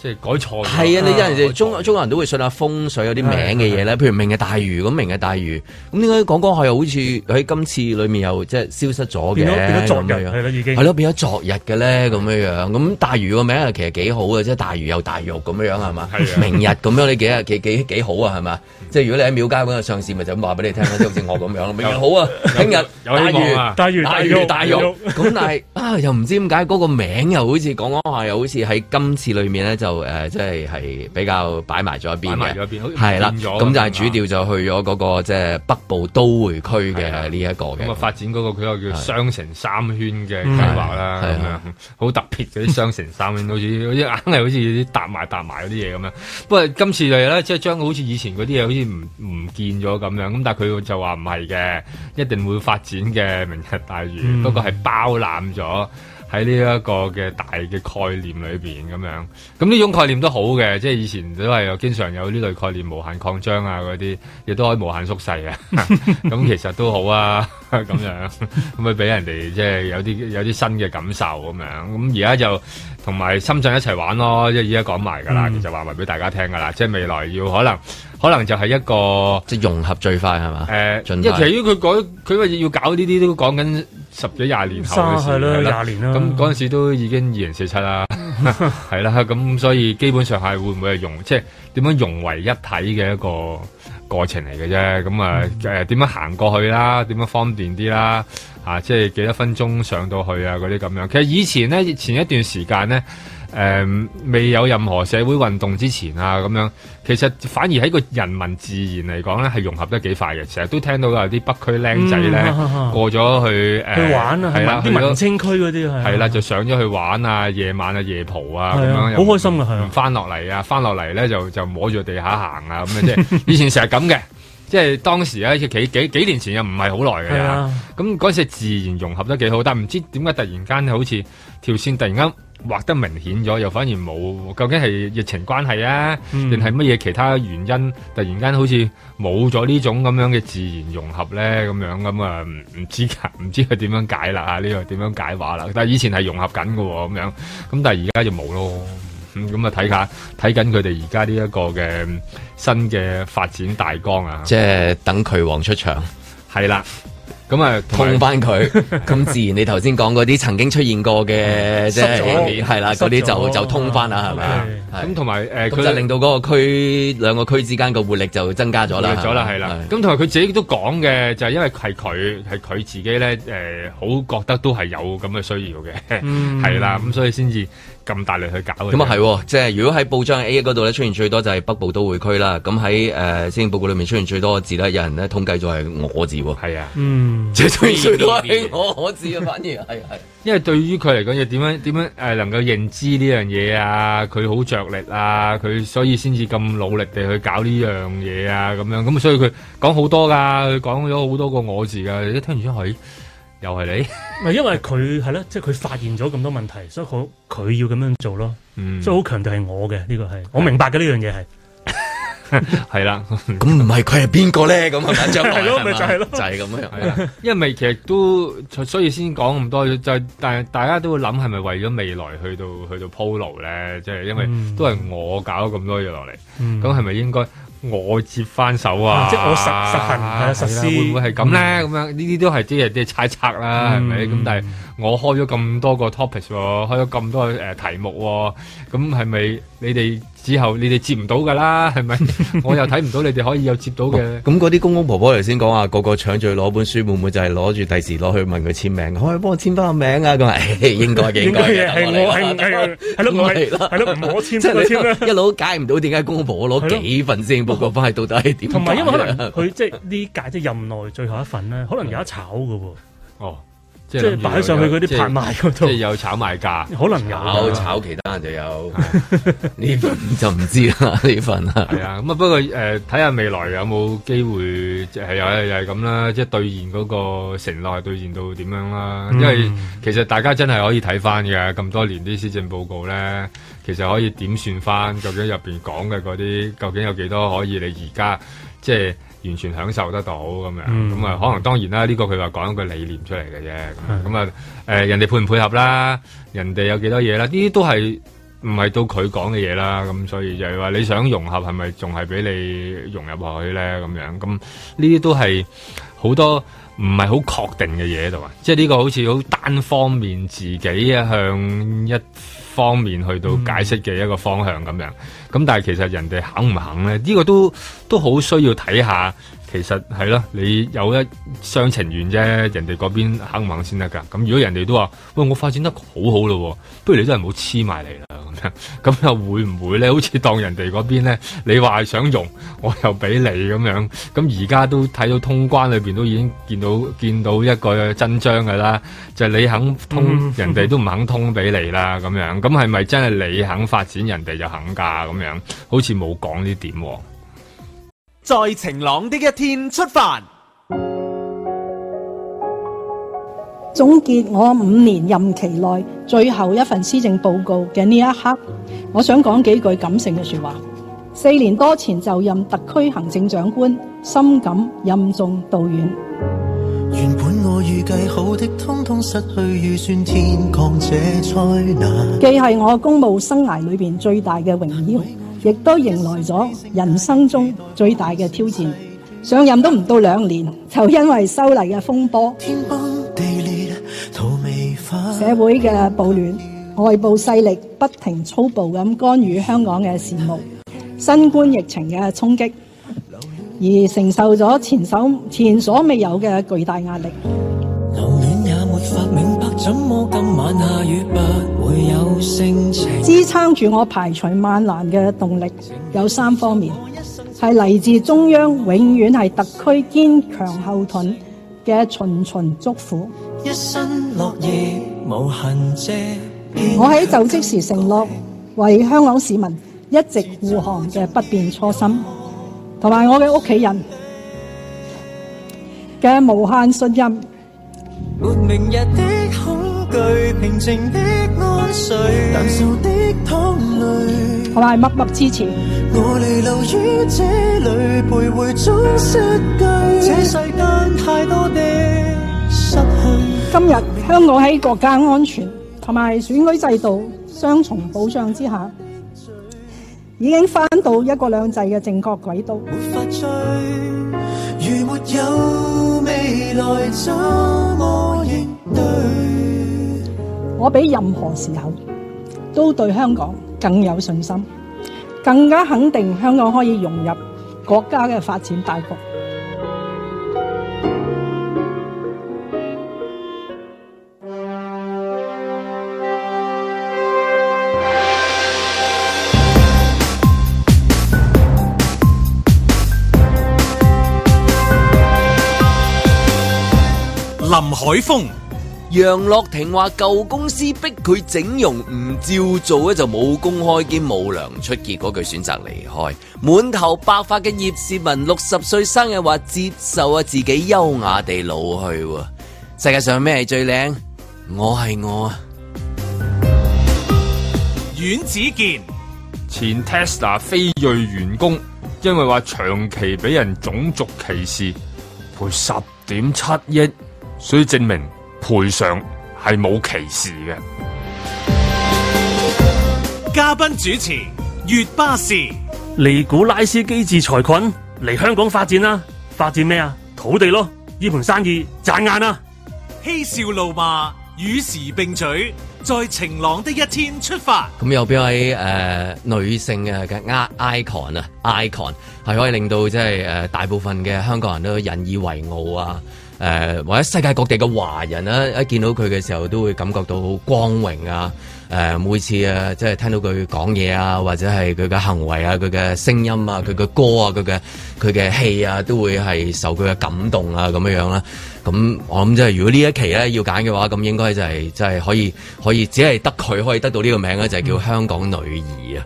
即係改錯咗。係啊？你有陣時改錯中中國人都會信下風水有啲名嘅嘢咧，譬如明日大嶼咁，明日大嶼咁點解講講下又好似喺今次裏面又即係消失咗嘅？變咗變咗昨日咁樣係啦已經係咯，變咗昨日嘅咧咁樣樣。咁大嶼個名啊，其實幾好嘅，即係大嶼有大肉咁樣樣係嘛係？啊明日咁樣你幾啊幾幾幾好啊係嘛？即係如果你喺廟街嗰個上市，咪就咁話俾你聽啦，即係好似我咁樣，明日好啊，聽日有大希望嶼。啊！大魚大魚魚大肉， [laughs] 咁但係啊，又唔知點解嗰個名又好似講講下，又好似喺今次裏面咧就誒，即係係比較擺埋咗一邊擺埋嘅咗，一邊好似係啦。變咗啊咁就樣係主調就去咗嗰個即係北部都會區係嘅啦呢一個嘅咁啊，。發展嗰個佢又叫雙城三圈嘅計劃啦，嗯咁係樣好特別嗰啲雙城三圈，好似好似硬係好似啲搭埋搭埋嗰啲嘢咁樣。不過今次嚟咧，即係將好似以前嗰啲嘢好似唔唔見咗咁樣，咁但係佢就話唔係嘅，一定會發展嘅明日大嶼，嗯不過係包攬咗。喺呢一個嘅大嘅概念裏邊咁樣，咁呢種概念都好嘅，即係以前都係有經常有呢類概念無限擴張啊嗰啲，亦都可以無限縮細啊，咁其實都好啊，咁樣咁咪俾人哋即係有啲有啲新嘅感受咁樣，咁而家就同埋深圳一齊玩咯，即係而家講埋㗎啦，其實話埋俾大家聽㗎啦，即係未來要可能可能就係一個。即係融合最快係嘛？誒，啊盡因為快呃其實佢講佢話要搞呢啲都講緊十幾廿年後嘅事三係啦係廿年啦咁嗰陣時都已經二零四七 [laughs] 啦，係啦，咁所以基本上係會唔會係融即係點樣融為一體嘅一個過程嚟嘅啫。咁嗯啊誒點樣行過去啦，點樣方便啲啦，啊即係幾多分鐘上到去啊嗰啲咁樣。其實以前咧，前一段時間咧。誒、未有任何社會運動之前啊，咁樣其實反而喺個人民自然嚟講咧，係融合得幾快嘅。成日都聽到有啲北區僆仔咧、嗯哈哈哈過咗去誒、去玩啊，係啦，係去啲咗文青區嗰啲係啊係啦，就上咗去玩啊，夜晚啊，夜蒲啊，咁係啊樣又好開心啊係啊唔翻落嚟啊，翻落嚟咧就就摸住地下行啊，咁樣 [laughs] 即係以前成日咁嘅，即係當時咧幾幾幾年前又唔係好耐係嘅啦啊，咁嗰陣時自然融合得幾好，但唔知點解突然間好似條線突然間畫得明顯咗，又反而冇，究竟係疫情關係啊，嗯定係乜嘢其他原因，突然間好似冇咗呢種咁樣嘅自然融合咧，咁樣咁啊，唔唔知㗎 [laughs] 唔知佢點樣解啦啊，呢個點樣解話啦，但係以前係融合緊嘅喎，咁樣，咁但係而家就冇咯。嗯咁啊，睇下睇緊佢哋而家呢一個嘅新嘅發展大綱啊，即係等渠王出場，係啦，咁啊，同通埋翻佢， [laughs] 咁自然你頭先講嗰啲曾經出現過嘅，嗯即失咗係係啦，嗰啲失咗就就通翻啦，係咪啊？係咁同埋誒咁佢就令到嗰個區兩個區之間個活力就增加咗啦，咗啦，係啦。咁同埋佢自己都講嘅，就係因為係佢係佢自己咧，誒、好覺得都係有咁嘅需要嘅，係啦、咁所以先至咁大力去搞嘅。嗯咁啊係喎，即係如果喺報章 A 嗰度咧出現最多就係北部都會區啦。咁喺誒施政報告裏面出現最多嘅字咧，有人咧統計咗係我字 [laughs] 喎，係啊，嗯，即係出現最多 [laughs] 係我我字啊，反而係係。因為對於佢嚟講，又點樣點樣誒能夠認知呢樣嘢啊？佢好着力啊，佢所以先至咁努力地去搞呢樣嘢啊，咁樣咁所以佢講好多㗎，佢講咗好多個我字㗎，你一聽完之後，咦又係你，咪因為佢係咯，即係佢發現咗咁多問題，所以佢佢要咁樣做咯，嗯，所以好強調係我嘅呢個係，我明白嘅呢樣嘢係。係啦。咁唔係佢係邊個咧？咁係咪 [laughs] 張係咯咪就係咯就係咁樣。係啦，因為咪其實都所以先講咁多，就係但係大家都會諗係咪為咗未來去到去到鋪路咧？即係因為嗯都係我搞咁多嘢落嚟，嗯咁係咪應該我接翻手啊？啊即係我實實行係啊係啦實施會唔會係咁咧？咁樣呢啲都係啲係啲猜測啦，係咪？嗯咁但係我開咗咁多個 topics，喎開咗咁多誒題目喎，咁係咪你哋之後你哋接唔到㗎啦？係 [laughs] 咪？我又睇唔到你哋可以有接到嘅。哦咁嗰啲公公婆婆頭先講話，個個搶住攞本書，會唔會就係攞住第時攞去問佢簽名？可唔可以幫我簽翻個名啊？咁 [laughs] 啊，唉 [laughs] 應該嘅，應應該該嘅，嘅係等我我係嚟啦係係咯，唔係等我嚟啦係咯，唔我簽即邊個簽係咧？你一路解唔到點解公公婆婆攞幾份先報告翻去，到底係點解？同埋因為可 [laughs] 能佢即係呢屆即係任內最後一份咧，可能有得炒嘅喎，哦，即即係諗係住擺上去嗰啲拍賣嗰即係度，有炒賣價。可能有炒㗎。炒其他人就 [laughs] 有呢份就唔知啦，呢份啊。係啊，咁啊，不過誒，呃睇、下未來有冇機會，即係又係又係咁啦，即係兌現嗰個承諾係兌現到點樣啦。因為其實大家真係可以睇翻嘅，咁多年啲施政報告咧，其實可以點算翻究竟入邊講嘅嗰啲，究竟有幾多可以你而家即係完全享受得到咁樣。咁啊、嗯可能當然啦，呢、個佢話講一個理念出嚟嘅啫。咁咁啊，誒、人哋配唔配合啦，人哋有幾多嘢啦，呢啲都係。唔係到佢講嘅嘢啦，咁所以就係話你想融合係咪仲係俾你融入落去咧？咁樣咁呢啲都係好多唔係好確定嘅嘢喺度啊！即係呢個好似好單方面自己啊向一方面去到解釋嘅一個方向咁樣。咁但係其實人哋肯唔肯咧？呢、個都都好需要睇下。其實係咯，你有一廂情願啫，人哋嗰邊肯唔肯先得㗎。咁如果人哋都話喂，我發展得好好咯喎，不如你都係唔好黐埋嚟啦。咁又會唔會咧？好似當人哋嗰邊咧，你話想用，我又俾你咁樣。咁而家都睇到通關裏邊都已經見到見到一個真章㗎啦，就係你肯通，人哋都唔肯通俾你啦咁樣。咁係咪真係你肯發展，人哋就肯㗎咁樣？好似冇講呢點喎。在晴朗的一天出發。總結我五年任期內最後一份施政報告嘅呢一刻，我想講幾句感性嘅說話。四年多前就任特區行政長官，深感任重道遠。原本我預計好的，通通失去預算，天降這災難。既係我公務生涯裏邊最大嘅榮耀，亦都迎來咗人生中最大嘅挑戰。上任都唔到兩年，就因為修例嘅風波、天崩地裂，土未化。社會嘅暴亂、外部勢力不停粗暴咁干預香港嘅事務、新冠疫情嘅衝擊，而承受咗前所前所未有嘅巨大壓力。留戀也沒法明白，怎麼今晚下雨不會有聲情。支撐住我排除萬難嘅動力有三方面，係嚟自中央，永遠係特區堅強後盾嘅循循祝福。一身落葉無痕跡。我喺就職時承諾為香港市民一直護航嘅不變初心，同埋我嘅屋企人嘅無限信任。沒明日的恐懼，平靜的安睡，難受的淌淚。同埋默默支持。我哋留於這裏，徘徊中失據。這世間太多的失去，今日香港喺國家安全同埋選舉制度雙重保障之下，已經翻到一國兩制嘅正確軌道。沒法追。如沒有未來，怎麼應對？我比任何時候都對香港更有信心。更加肯定香港可以融入國家嘅發展大局。林海峰、楊樂婷話舊公司逼佢整容唔照做咧，就冇公開兼冇糧出，結果佢選擇離開。滿頭白髮嘅葉倩文六十歲生日話接受啊自己優雅地老去喎。世界上咩係最靚？我係我啊！阮子健、前 Tesla 非裔員工因為話長期俾人種族歧視，賠十點七億，所以證明賠償係冇歧視嘅。嘉賓主持粵巴士。尼古拉斯基治財困嚟香港發展啦、發展咩啊？土地咯，呢盤生意賺硬啦、嬉笑怒罵，與時並舉，在晴朗的一天出發。咁有邊位誒、呃女性嘅嘅 icon 啊，icon 係可以令到即係誒大部分嘅香港人都引以為傲啊！誒、或者世界各地嘅華人啊，一見到佢嘅時候都會感覺到好光榮啊！誒、每次啊，即係聽到佢講嘢啊，或者係佢嘅行為啊、佢嘅聲音啊、佢嘅歌啊、佢嘅佢嘅戲啊，都會係受佢嘅感動啊咁樣樣啦。咁我諗即係如果呢一期咧要揀嘅話，咁應該就係即係可以可以只係得佢可以得到呢個名咧，就係嗯叫香港女兒啊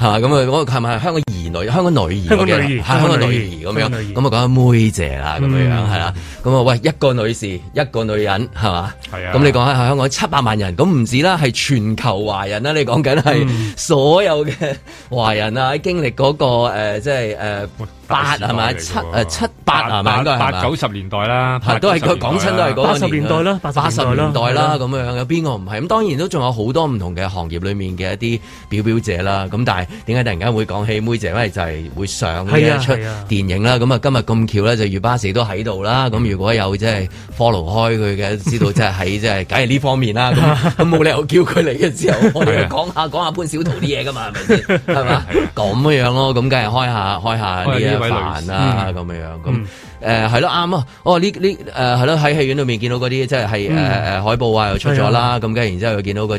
嚇咁啊，我係咪香港兒女？香港女兒香港我記得女兒係香港香港女女兒兒咁樣香港女兒咁啊講緊妹姐啦咁樣樣嗯係啦，咁啊喂一個女士一個女人係嘛？係啊咁你講下香港七百萬人，咁唔止啦，係全球華人啦，你講緊係嗯所有嘅華人啊，經歷嗰、個、呃、即係誒八係咪七誒七八係咪應該係咪八九十年代啦，係都係佢講親都係嗰個八十年代啦八十年代八十年代啦啦咁樣有邊個唔係？咁當然都仲有好多唔同嘅行業裡面嘅一啲表表姐啦。咁但係點解突然間會講起妹姐？因為就係會上呢係啊一出係啊電影啦。咁啊，今日咁巧咧，就粵巴士都喺度啦。咁如果有即係 follow 開佢嘅，知道即係喺即係梗係呢方面啦。 [laughs] 咁咁冇理由叫佢嚟嘅之後，我哋係去啊講下講下潘小桃啲嘢㗎嘛，係咪先？係 [laughs] 嘛？咁樣咯，咁梗係開下開下呢一飯嗯啦，啊咁樣樣咁。誒係咯啱啊！哦呢呢誒係咯喺戲院裏面見到嗰啲即係嗯係誒誒海報啊又出咗啦，咁跟住然之後又見到嗰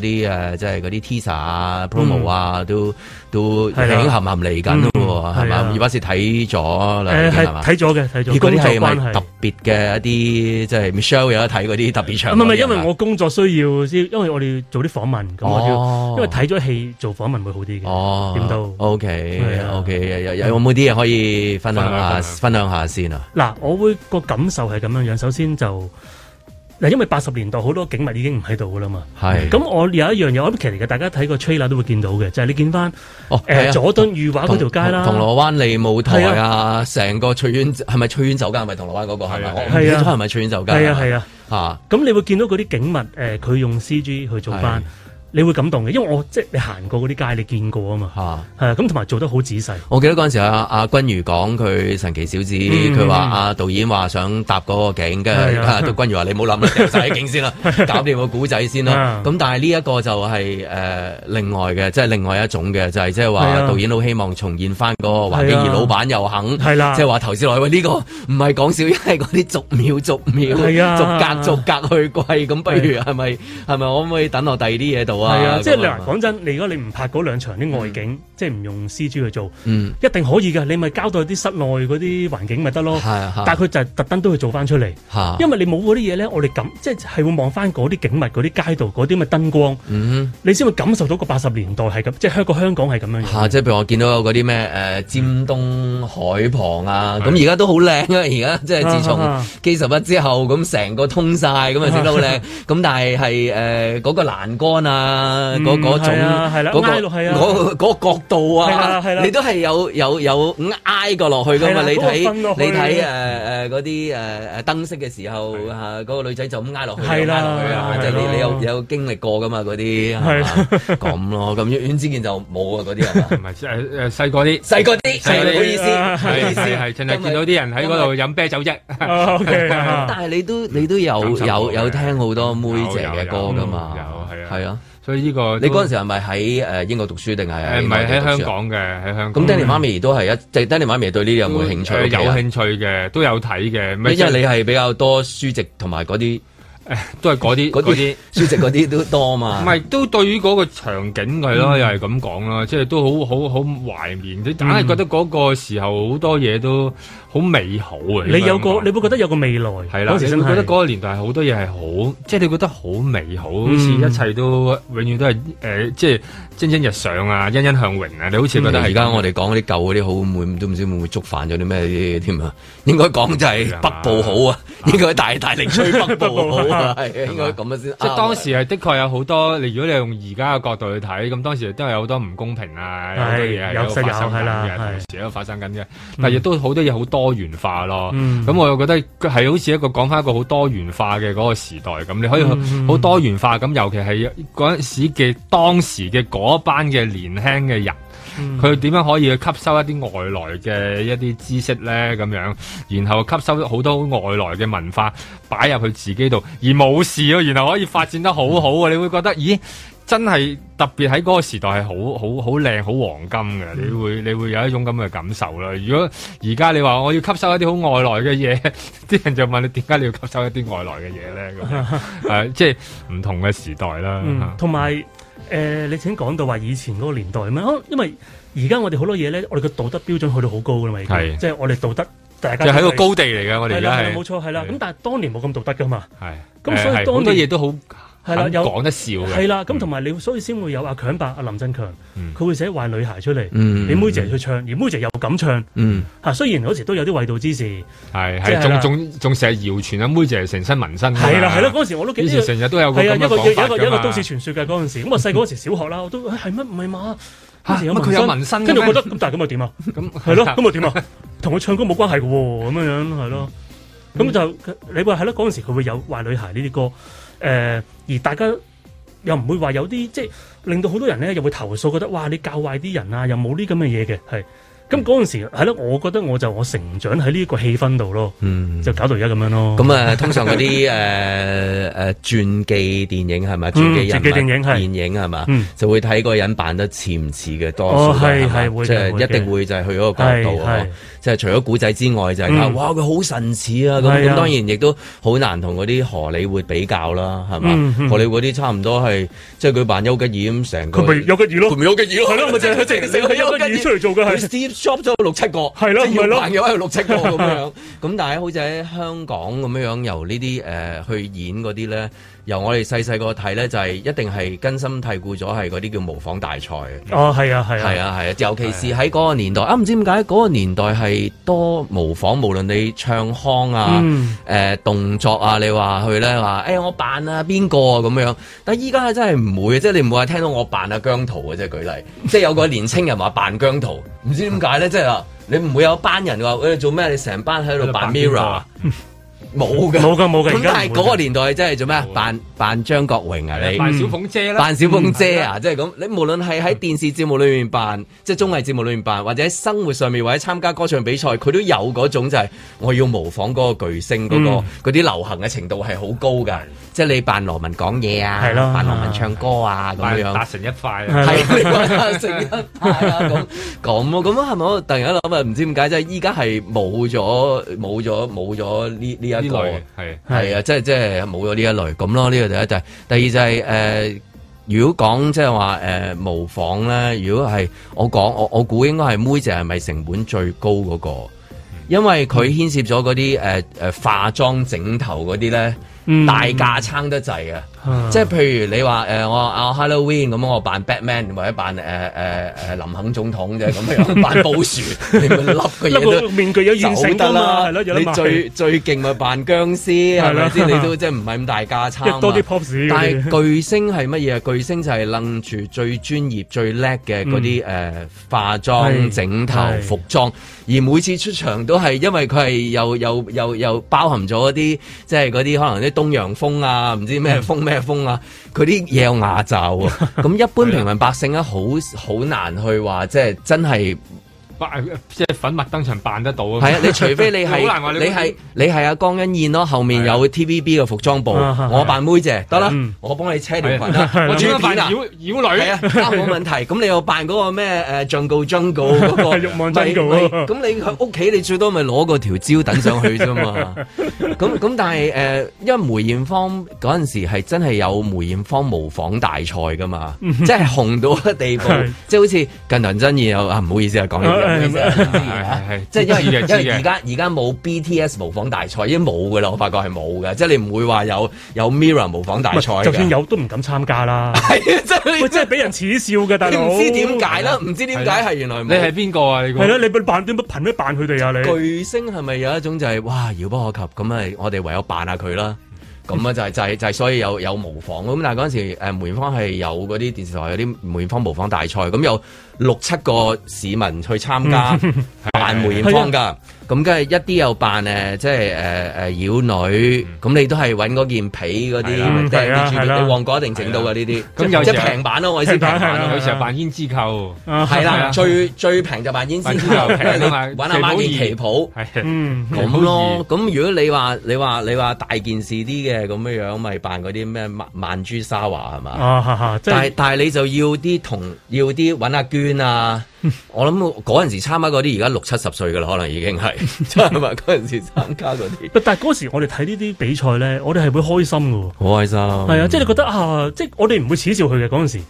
啲誒即係嗰啲 teaser 啊 promo 啊都都已嗯係啦經含含嚟緊咯喎，係係嘛啊？而巴士睇咗啦，已經誒係係嘛？睇咗嘅，睇而咗嗰工啲作係咪關係特。別嘅一啲即係 Michelle 有得睇嗰啲特別唔場嗰係啲唔啊？係，因為我工作需要先，因為我哋要做啲訪問，咁我哦要因為睇咗戲做訪問會好啲嘅。哦點到 OK 係啊 OK 有有有冇啲嘢可以分享下分享下分享下先啊？嗱，我會個感受係咁樣樣。首先就嗱，因為八十年代好多景物已經唔喺度噶啦嘛。係咁我有一樣嘢，我諗其實大家睇個 trailer 都會見到嘅，就係你見翻哦係啊誒佐敦裕華嗰條街啦。銅鑼灣利舞台啊，成個翠苑係咪翠苑酒家？係咪銅鑼灣嗰個係咪？係啊我唔記得咗係啊係咪翠苑酒家？係啊係啊。啊，咁你會見到嗰啲景物，誒、佢用 C G 去做翻係，你會感動嘅，因為我即係你行過嗰啲街，你見過啊嘛，嚇嚇。係啊，咁同埋做得好仔細，我記得嗰陣時阿阿君如講佢神奇小子，佢話阿導演話想搭嗰個景，跟住嗯係啊 [laughs] 啊君如話你冇諗啦，掉晒啲景先 [laughs] 啦，搞掂個古仔先啦啊。咁但係呢一個就係誒另外嘅，即係另外一種嘅，就係即係係話啊導演好希望重現翻嗰個環境，係啊而老闆又肯，係啦即係話頭先來喂呢個唔係講笑，因為嗰啲逐秒逐秒、係啊逐格逐格去貴，咁不如係咪係咪可唔可以等落第二啲嘢度啊？係啊，即係你咁話講真，你如果你唔拍嗰兩場啲外景，即係唔用 C G 去做，嗯一定可以㗎，你咪交代啲室內嗰啲環境咪得咯，係啊係啊但係佢就係特登都去做翻出嚟。嚇，啊因為你冇嗰啲嘢咧，我哋感即係會望翻嗰啲景物、嗰啲街道、嗰啲咪燈光，嗯。你先會感受到個八十年代係咁，即係香港香港係咁樣樣。嚇、即係譬如我見到有嗰啲咩誒尖東海旁啊，咁而家都好靚啊！而 [laughs] 家即係自啊從啊基十一之後，咁成個通晒，咁啊整得好 [laughs] 靚。咁但係係誒嗰個欄杆啊，嗰嗯嗰種係啊係啦嗰個挨落係啊嗰嗰個角度係啊啦係，啦你都係有有有挨過落去噶係嘛？啦你嗰個睇分落去你睇誒誒嗰啲誒誒燈飾嘅時候嚇，嗰個女仔就咁挨落去，係啦挨落去啊！即係係你咯你有有經歷過噶嘛？嗰啲係嘛咁咯，咁阮之健就冇啊嗰啲係嘛？ [laughs] 唔係誒誒細個 [laughs] 啲，細個啲，細個啲唔好意思，啊唔好意係思，係係，淨係見到啲人喺嗰度飲啤酒啫。 [laughs] 啊，OK，但啊係你都你都有感受過有嘅有聽好多妹姐有嘅歌噶嘛？有有係啊係啊。所以呢個你嗰陣時係咪喺誒英國讀書定係誒喺唔係內喺地讀書啊香港嘅，喺香港。咁爹哋媽咪都係一，即係爹哋媽咪對呢啲有冇興趣？誒有屋企人興趣嘅，都有睇嘅。咪因為你係比較多書籍同埋嗰啲，都係嗰啲嗰啲嗰啲 [laughs] 書籍嗰啲都多嘛。唔係都對於嗰個場景係咯，嗯又係咁講啦，即係都好好好懷念，你硬係覺得嗰個時候好多嘢都好美好啊！你有個個你會覺得有個未來，係啦，嗰你時真會覺得係嗰個年代好多嘢係好，即係你覺得好美好，好似嗯一切都永遠都係誒、呃即係蒸蒸日上啊，欣欣向榮啊！你好似覺得嗯係而家我哋講嗰啲舊嗰啲好，會唔會都唔知會唔會觸犯咗啲咩啲添 [laughs] 啊？應該講就係北部好啊，應該大大力吹北部好 [laughs] 啊，係應該咁樣先啱啊。即係當時係的確有好多，你如果你用而家嘅角度去睇，咁當時都係有好多唔公平啊，有好多嘢係有喺度實有發生緊係啦嘅，，同係時喺度發生緊嘅，但係亦都好多嘢好多元化咯。嗯咁我又覺得係好似一個講翻一個好多元化嘅嗰個時代咁，你可以嗯好多元化咁，尤其係嗰陣時嘅當時嘅嗰班嘅年輕嘅人。嗯佢點樣可以去吸收一啲外來嘅一啲知識咧？咁樣，然後吸收好多外來嘅文化擺入去自己度，而冇事咯，然後可以發展得好好啊！你會覺得，咦，真係特別喺嗰個時代係好好好靚、好黃金嘅，嗯你會你會有一種咁嘅感受啦。如果而家你話我要吸收一啲好外來嘅嘢， [laughs] 啲人就問你點解你要吸收一啲外來嘅嘢咧？咁樣 [laughs] 誒，即係唔同嘅時代啦。嗯嚇，同埋誒，你先講到話以前嗰個年代咩？啊因為而家我哋好多嘢咧，我哋嘅道德標準去到好高㗎啦嘛，已經係即係我哋道德大家就喺都個係高地嚟嘅，我哋而係啦家係啦係冇錯係啦。係咁但係當年冇咁道德㗎嘛，係咁所以誒係當好多年嘢都好係啦，肯有講得笑嘅。嗯係啦，咁同埋你所以先會有阿強伯、阿林振強，佢會寫壞女孩出嚟，嗯你妹姐去唱，而妹姐又敢唱，嗯，嚇雖然嗰時都有啲衛道之士，係即係係，仲啦仲仲成日謠傳啊，妹姐係成身紋身㗎嘛。係啦係啦，嗰時我都記得，以前成日都有個係啊咁一嘅個講有法一個有一個㗎嘛都市傳說嘅嗰陣時，咁我細個嗰時小學啦，我都唉係乜唔係嘛？嚇嗰時乜佢有紋身嘅跟住我咩覺得咁，但係咁又點啊？咁 [laughs] 係咯，咁又點啊？ [laughs] 同佢唱歌冇關係嘅喎，咁樣樣係咯。嗯咁啊就你話係咯，嗰陣時佢會有壞女孩呢啲歌，誒、而大家又唔會話有啲即係令到好多人咧又會投訴，覺得哇你教壞啲人啊，又冇呢咁嘅嘢嘅，係。嗯咁嗰陣時係咯，我覺得我就我成長喺呢個氣氛度咯，嗯就搞到而家咁樣咯。咁啊，通常嗰 [laughs] 啲呃誒誒傳記電影係嗯咪？傳記人傳記電影係電影係嘛嗯？就會睇個人扮得似唔似嘅多哦數都係係嘛係會嘅即係會一嘅定會就係去嗰個角度係啊係即係除咗古仔之外，就係啊嗯哇佢好神似啊！咁係咁啊當然亦都好難同嗰啲荷里活比較啦，係嗯嘛？嗯荷里活嗰啲差唔多係即係佢扮丘吉爾咁成個佢咪有吉魚咯，佢咪有吉魚咯，係咯，咪就係佢直成個有吉魚出嚟做嘅佢係。 Steve Jobs 都有六七個，係咯即係咪要咯扮嘅話有六七個咁樣。 [laughs] 咁但係好似喺香港咁樣樣，由呢啲誒去演嗰啲咧，由我哋細細個睇咧，就係一定係根深蒂固咗係嗰啲叫模仿大賽嘅。哦，係啊，係啊，係啊係啊，尤其是喺嗰個年代啊，唔知點解嗰個年代係多模仿，無論你唱腔啊、誒、嗯動作啊，你話佢咧話，誒、我扮啊邊個啊咁樣，但係依家真係唔會，即係你唔會話聽到我扮啊姜濤啊，即係 [laughs] 舉例，即係有個年青人話扮姜濤，唔知點解咧，即係話你唔會有班人話，喂、做咩？你成班喺度扮 Mirror。冇嘅，啊冇㗎冇㗎咁而家唔會㗎但係嗰個年代真係做咩？扮扮張國榮啊你，扮小鳳姐啦，扮小鳳姐啊，即係咁。你無論係喺電視節目裏面扮，即係綜藝節目裏面扮，或者喺生活上面或者參加歌唱比賽，佢都有嗰種就係我要模仿嗰個巨星嗰嗯個嗰啲流行嘅程度係好高㗎。即係你扮羅文講嘢啊係，咯扮羅文唱歌啊咁嗯扮樣。達成一塊係啊。你話 [laughs] 成一派啊咁咁咯，咁啊係咪我突然間諗啊，唔知點解即係依家係冇咗冇咗冇咗呢呢一呢個類係係啊，即係即係冇咗呢一類咁咯。呢個第一就係，第二就係誒。如果講即係話誒模仿咧，如果係我講我我估應該係妹姐係咪成本最高嗰、個？嗯因為佢牽涉咗嗰啲誒誒化妝整頭嗰啲咧，嗯大價撐得滯啊！即係譬如你話誒、呃我啊 Halloween 咁，我扮 Batman 或者扮誒誒誒林肯總統啫咁樣，扮布 [laughs] 殊，你咪笠個嘢笠都個面具有現成㗎嘛走得啦，係咯有得你賣最最勁咪扮僵屍係係咪啦先？你都即係唔係咁大價差嘛一多啲 pops 但嗰係啲巨星係乜嘢？啊巨星就係楞住最專業、最叻嘅嗰啲誒化妝、嗯係整頭、係服裝，而每次出場都係因為佢係又又又又包含咗一啲即係嗰啲可能啲東洋風啊，唔知嗯咩風咩風啊，佢啲嘢有牙 [laughs] 啊罩啊。咁一般平民百姓咧，好好難去話即係真係。扮即係粉墨登場扮得到 [laughs] 啊！係啊，你除 [laughs] 非你好啊難話係你係係你係阿江欣燕咯，後面有 TVB 嘅服裝部，啊係我扮妹姐得啦，我幫你車條裙啦係，我點樣扮啊妖妖女係啊，啱冇問題。咁你又扮嗰個咩誒 Jungle Jungle 嗰 [laughs] 個欲咪望 Jungle 咪咁你喺屋企你最多咪攞個條蕉等上去啫 [laughs] 嘛。咁咁但係誒、呃因為梅艷芳嗰陣時係真係有梅艷芳模仿大賽噶嘛，嗯即係紅到一個地步係，即係好似近藤真彥又啊唔好意思啊講呢啲，唔好意思啊講呢啲啊係係係 [laughs] 即係因為知嘅知因嘅為而家而家冇 BTS 模仿大賽，已經冇噶啦，我發覺係冇嘅，即係你唔會話有有 Mirror 模仿大賽㗎就算有都唔敢參加 [laughs] 啦。係啊，真係真係俾人恥笑嘅，大你佬。唔知點解啦，唔知點解係原來冇邊個啊？你係咯，你扮點乜憑咩扮佢 [laughs] 哋啊？你巨星係咪有一種就係、哇遙不可及咁啊？我哋唯有扮下佢啦。咁啊就係、就係、就係、所以有有模仿咁，但係嗰陣時誒梅艷芳係有嗰啲電視台有啲梅艷芳模仿大賽，咁有六七個市民去參加嗯扮梅艷芳啊㗎。咁梗係一啲又扮誒，即係誒誒妖女，咁你都係揾嗰件被嗰啲，嗯即係係啊啲係啦啊你旺角一定整到嘅呢啲，咁即有即時候係平版咯，我意思平平版版咯，係啦有時候扮胭脂扣，係啦，最最平就扮胭 [laughs] 脂 [laughs] 扣，胭脂扣平啊嘛揾阿媽件旗旗袍，啊嗯咁咯。咁如果你話你話你話大件事啲嘅咁樣樣，咪扮嗰啲咩曼曼珠沙華係嘛？啊哈哈即係但係但係你就要啲同要啲揾阿娟 [laughs] 啊，我諗嗰陣時參加嗰啲而家六七十歲噶啦，可能已經係 [laughs] 真係咪嗰陣時參加嗰啲但係嗰時我哋睇呢啲比賽咧，我哋係會開心嘅喎。好開心。係啊，即係你覺得啊，即係我哋唔會恥笑佢嘅嗰陣時，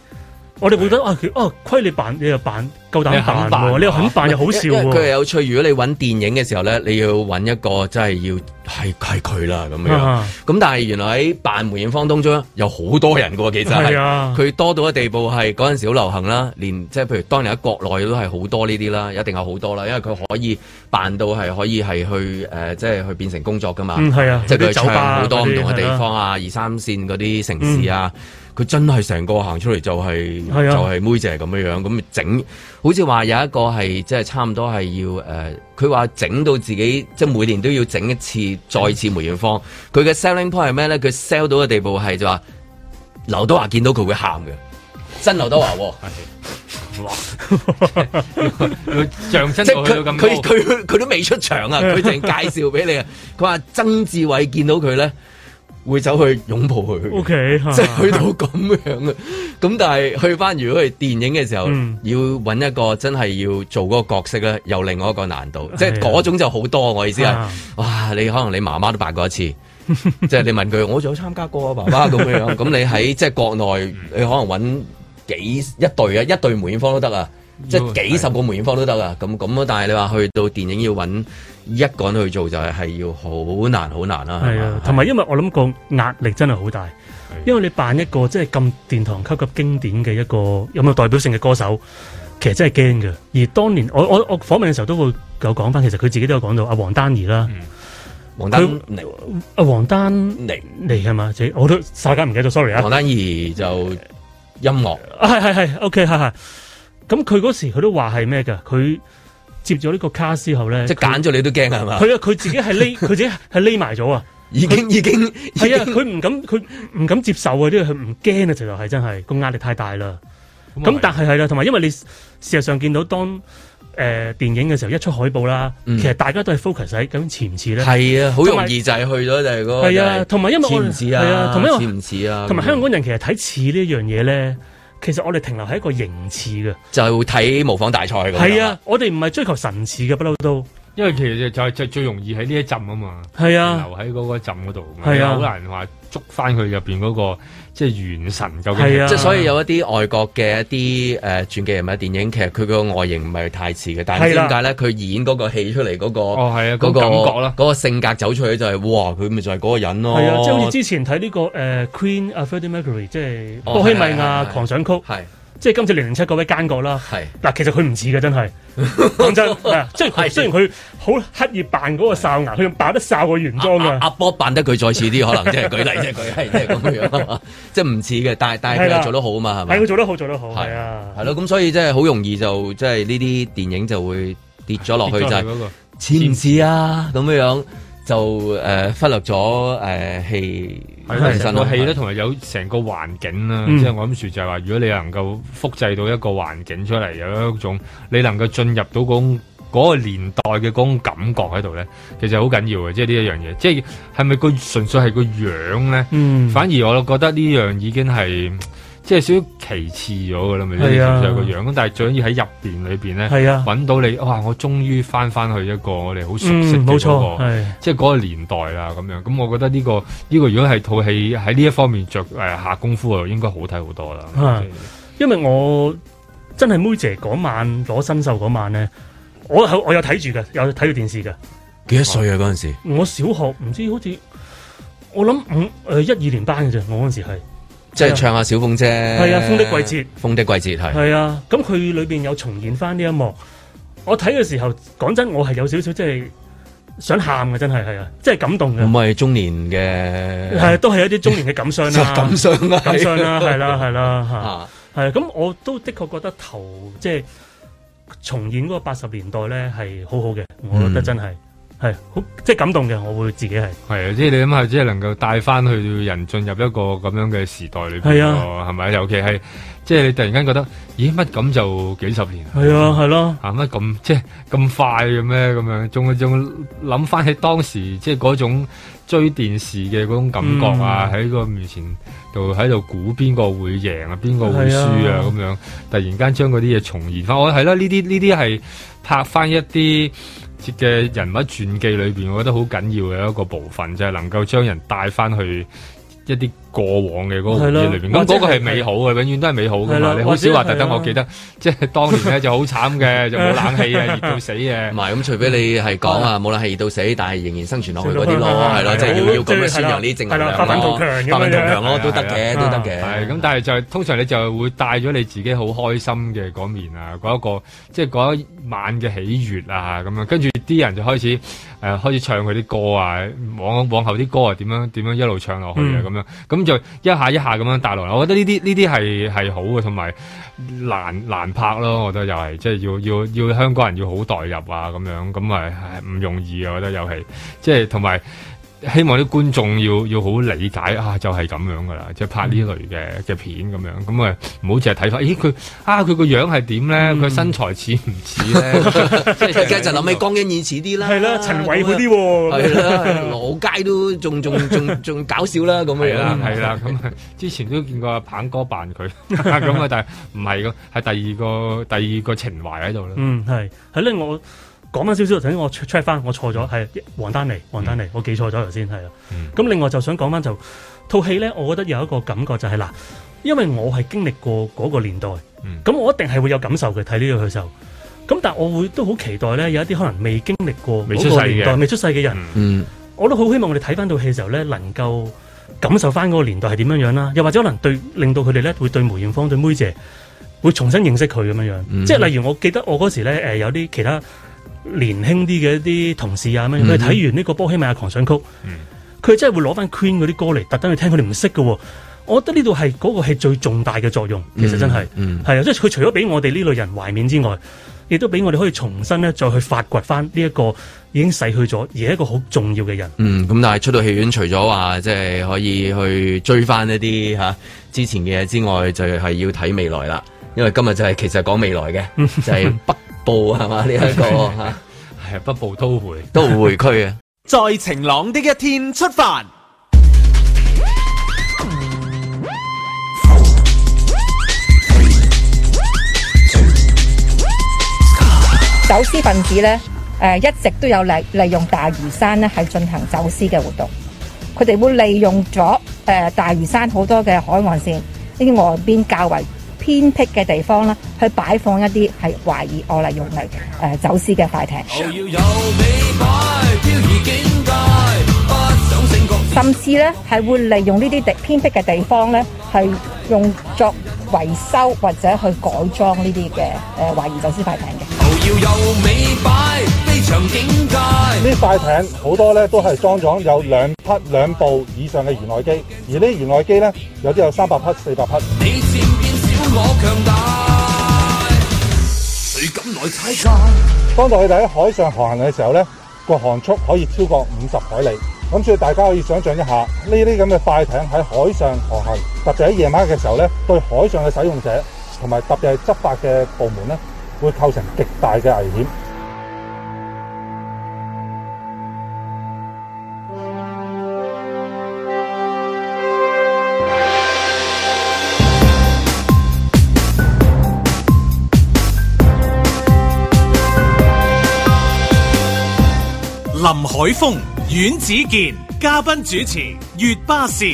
我哋會覺得啊，佢哦，虧你扮你又扮夠膽扮喎，你又肯扮又好笑因為佢係喎。有趣。如果你揾電影嘅時候咧，你要揾一個真係要係係佢啦咁樣。咁、啊但係原來喺扮梅艷芳當中有好多人嘅喎，其實 [laughs] 係係啊佢多到嘅地步係嗰陣時好流行啦，連即係譬如當年喺國內都係好多呢啲啦，一定係好多啦，因為佢可以扮到係可以係去誒、呃即係去變成工作㗎嘛。嗯係啊即係嗰啲佢酒唱吧好多唔同嗰啲嘅係啊嗯地方啊，二三線嗰啲城市啊。佢真係成個行出嚟就係、係啊就係妹姐咁樣樣，咁整好似話有一個係即係差唔多係要誒，佢話整到自己即係每年都要整一次，再次梅艷芳。佢嘅 selling point 係咩咧？佢 sell 到嘅地步係就話劉德華見到佢會喊嘅，真劉德華 [laughs] 喎、 [laughs] 象徵即到係去到佢咁佢高佢佢都未出場 [laughs] 啊！佢淨係介紹俾你啊！佢話曾志偉見到佢咧，會走去擁抱佢。 OK， [laughs] 即係去到咁樣啊！咁但係去翻如果係電影嘅時候，嗯要揾一個真係要做嗰個角色咧，又另外一個難度。即係係啊嗰種就好多，我意思係啊，哇！你可能你媽媽都扮 [laughs] 過一次。即係你問佢，我仲有參加過啊，爸爸咁樣樣。咁你喺即係國內，你可能揾幾一隊啊，一隊梅艷芳都得啊，即係幾十個梅艷芳都得啊。咁咁咯，但係你話去到電影要揾一個人去做，就係係要好難好難啦。係啊，同埋因為我諗個壓力真係好大，因為你扮一個即係咁殿堂級咁經典嘅一個有冇代表性嘅歌手，其實真係驚嘅。而當年我我我訪問嘅時候都會有講翻，其實佢自己都有講到阿黃丹儀啦，黃丹佢妮阿黃啊丹妮妮係嘛？即我都霎間唔記得咗，sorry 啊。黃丹儀就音 [laughs] 樂啊，係係係，OK，係係。咁佢嗰時佢都話係咩㗎？佢接咗呢個卡之後咧，即係揀咗你都驚係嘛？佢啊，佢自己 [laughs] 係匿，佢自己係匿埋咗啊！已經已經係啊，佢唔敢，佢唔敢接受啊！呢個佢唔驚啊，直頭係真係個壓力太大啦。咁但係係啦，同埋因為你事實上見到當誒、呃、電影嘅時候一出海報啦，嗯其實大家都係 focus 喺咁似唔似咧？係啊，好同埋容易就係去咗就係嗰個係啊就係同埋因為似我唔似係啊，啊同埋因為似唔似啊，同埋咁樣香港人其實睇似呢樣嘢咧，其實我哋停留喺一個形似嘅。就睇模仿大賽咁樣係啊，我哋唔係追求神似嘅，不嬲都因為其實就係就最容易喺呢一浸啊嘛，係啊留喺嗰個浸嗰度，係係啊啊，好難話捉翻佢入邊嗰個即係元神究竟係啊即係所以有一啲外國嘅一啲誒傳記人物電影，其實佢個外形唔係太似嘅，但係唔知係啦點解咧？佢演嗰個戲出嚟嗰個哦係啊嗰個嗰種感覺啦嗰個性格走出去就係哇，佢咪就係嗰個人咯。係啊，即係好似之前睇呢個誒 Queen 啊 Freddie Mercury，即係哦波希米係係係亞狂想曲，係即係今次零零七嗰位奸角啦。係嗱，其實佢唔似嘅，真係講真，嗱即係雖然佢好刻意扮嗰個哨牙，佢仲扮得哨個原裝㗎。阿波扮得佢再似啲，可能即係舉例，即係舉例，即係咁樣，啊即係唔似嘅。但係但係佢係又啦做得好啊嘛，係咪係？佢做得好，做得好，係啊。係咯，咁所以即係好容易就即係呢啲電影就會跌咗落去，就跌咗係去嗰個呃似唔似啊咁樣樣就誒忽略咗誒戲係啦，成個戲係咧，同埋有成個環境啦，嗯即係我諗住就係話，如果你能夠複製到一個環境出嚟，有一種你能夠進入到嗰種嗰個年代嘅嗰種感覺喺度咧，其實好緊要嘅，即係呢一樣嘢，即係係咪個純粹係個樣咧？嗯反而我覺得呢樣已經係即係少少其次咗噶啦，咪係純啊粹係個樣。咁但係最緊要喺入邊裏邊咧，係啊揾到你，哇！我終於翻翻去一個我哋好熟悉嗯嘅嗰冇錯個係即係嗰個年代啦，咁樣咁，我覺得呢、個呢、個如果係套戲喺呢一方面着誒、下功夫啊，應該好睇好多啦。啊，因為我真係妹姐嗰晚攞新秀嗰晚咧，我有我有睇住嘅，有睇住電視嘅。幾多歲啊？嗰陣時我小學唔知好似我諗五誒一二年班嘅啫，我嗰陣時係即係係啊唱下小鳳啫。係啊風的季節，風的季節係。係啊，咁佢裏邊有重現翻呢一幕。我睇嘅時候，講真，我係有少少即係想喊嘅，真係係啊，即係感動嘅唔。係中年嘅， [laughs] 係啊都係一啲中年嘅感 [laughs] 傷啦，感傷啊啦，感 [laughs] 傷啦，係啦，係啦，嚇，係咁，我都的確覺得頭即係重演嗰個八十年代咧係好好嘅，我覺得嗯真係係好即係感動嘅，我會自己係係啊，即係你諗下，即係能夠帶翻去人進入一個咁樣嘅時代裏邊係啊咯，係咪？尤其係即係你突然間覺得，咦乜咁就幾十年啊係啊，係咯，啊乜咁即係咁快嘅咩？咁樣仲仲諗翻起當時即係嗰種追電視嘅嗰種感覺啊，嗯喺、個面前度喺度估邊個會贏啊，邊個會輸啊係啊咁樣，突然間將嗰啲嘢重現翻，我係啦，呢啲呢啲係拍翻一啲。嘅人物傳記裏邊，我覺得好緊要嘅一個部分就係、能夠將人帶翻去一啲過往嘅嗰個回係啦憶裏邊。咁或者嗰個係係美好嘅，永遠都係美好係噶啦嘛。你好或者少話特登，係啊我記得即係當年咧就好慘嘅，就冇冷氣啊，熱到死嘅。唔係咁，除非你係講啊，冇論係熱到死，但係仍然生存落去嗰啲係咯，啊係咯，係啊即係好要要即咁係樣宣揚呢啲正能量咯，係啦發奮圖強咁樣發奮圖強咯，樣都得嘅，係都啊得係嘅。咁，但係就通常你就會帶咗你自己好開心嘅嗰面啊，嗰一個即係嗰一晚嘅喜悅啊，咁樣跟住啲人就開始誒、呃、開始唱佢啲歌啊，往往後啲歌啊點樣點樣一路唱落去啊，嗯咁、樣咁就一下一下咁樣帶落嚟。我覺得呢啲呢啲係係好嘅，同埋難難拍咯。我覺得又係即係要要要香港人要好代入啊，咁樣咁係係唔容易啊。我覺得又係即係同埋。希望啲觀眾要要好理解啊，就係、咁樣噶啦，即係拍呢類嘅嘅片咁樣，咁啊唔好淨係睇翻，咦佢啊佢個樣係點咧？嗯佢、身材似唔似咧？即係即係就諗起江欣燕似啲啦，係啦，陳偉嗰啲喎，係啦，羅街都仲仲仲仲搞笑啦咁樣係啦樣，係啦，咁啊之前都見過阿鵬哥扮佢 [laughs] 咁啊，但係唔係㗎，係第二個第二個情懷喺度啦。嗯係係咧，我講翻少少，頭先我 check 翻，我錯咗係黃丹妮，黃丹妮，我記錯咗頭先係啦。咁另外就想講翻就套戲咧，我覺得有一個感覺就係、嗱，因為我係經歷過嗰個年代，咁、我一定係會有感受嘅睇呢個嘅時候。咁但我會都好期待咧，有一啲可能未經歷過未出嗰個世嘅年代、未出世嘅人，嗯，我都好希望我哋睇翻套戲嘅時候咧，能夠感受翻嗰個年代係點樣樣啦，又或者可能對令到佢哋咧會對梅艷芳、對妹姐會重新認識佢咁樣樣。嗯即係例如我記得我嗰時咧誒、有啲其他年輕啲嘅一啲同事啊咁嗯樣，佢哋睇完呢個波希米亞狂想曲，佢、真係會攞翻 Queen 嗰啲歌嚟特登去聽，佢哋唔識嘅喎。我覺得呢度係嗰個係最重大嘅作用，其實真係。嗯，係啊，即係佢除咗俾我哋呢類人懷緬之外，亦都俾我哋可以重新咧再去發掘翻呢一個已經逝去咗而係一個好重要嘅人。嗯，咁但係出到戲院，除咗話即係可以去追翻一啲嚇、之前嘅嘢之外，就係要睇未來啦。因為今日就係其實講未來嘅， [laughs] 就係北部係嘛呢一個嚇係北部都會。都會區啊。在晴朗的一天出發。走私分子咧，誒、一直都有利利用大嶼山咧係進行走私嘅活動。佢哋會利用咗誒、大嶼山好多嘅海岸線呢啲外邊較為偏僻嘅地方啦，去擺放一啲係懷疑我嚟用嚟誒、走私嘅快艇。甚至咧係會利用呢啲地偏僻嘅地方咧，係用作維修或者去改裝呢啲嘅誒懷疑走私快艇嘅。呢快艇好多咧都係裝咗有兩匹兩部以上嘅舷內機，而呢舷內機咧有啲有三百匹、四百匹。當到佢哋喺海上航行嘅時候咧，個航速可以超過五十海里。咁所以大家可以想象一下，呢啲咁嘅快艇喺海上航行，特別喺夜晚嘅時候咧，對海上嘅使用者同埋特別係執法嘅部門咧，會構成極大嘅危險。林海峰、阮子健嘉賓主持，粵巴士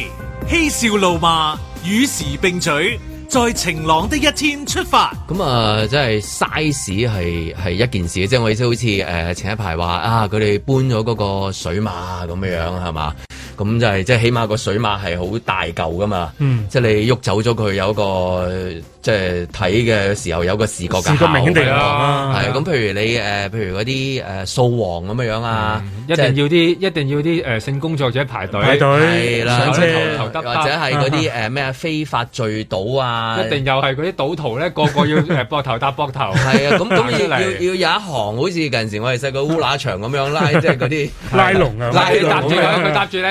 嬉笑怒罵，與時並舉，在晴朗的一天出發。咁啊，即係 size 係係一件事，即係我意思，好似誒、呃前一排話啊，佢哋搬咗嗰個水馬咁樣樣係嘛？咁就係、即係起碼個水馬係好大嚿噶嘛，嗯即係你喐走咗佢有一個呃即係睇嘅時候有個視覺嘅視覺效明顯地果啊係咁。譬如你誒、呃譬如嗰啲誒掃黃咁樣樣啊，嗯一定要啲一定要啲誒性工作者排隊，排隊係啦上車頭頭耷啊或者係嗰啲誒咩啊非法聚賭啊，一定又係嗰啲賭徒咧，個個要誒膊頭搭膊頭， [laughs] 係啊，咁咁行出要要嚟要有一行，好似近時我哋細個烏乸場咁樣拉，即係嗰啲拉龍啊拉龍搭住咁樣佢，佢搭住你。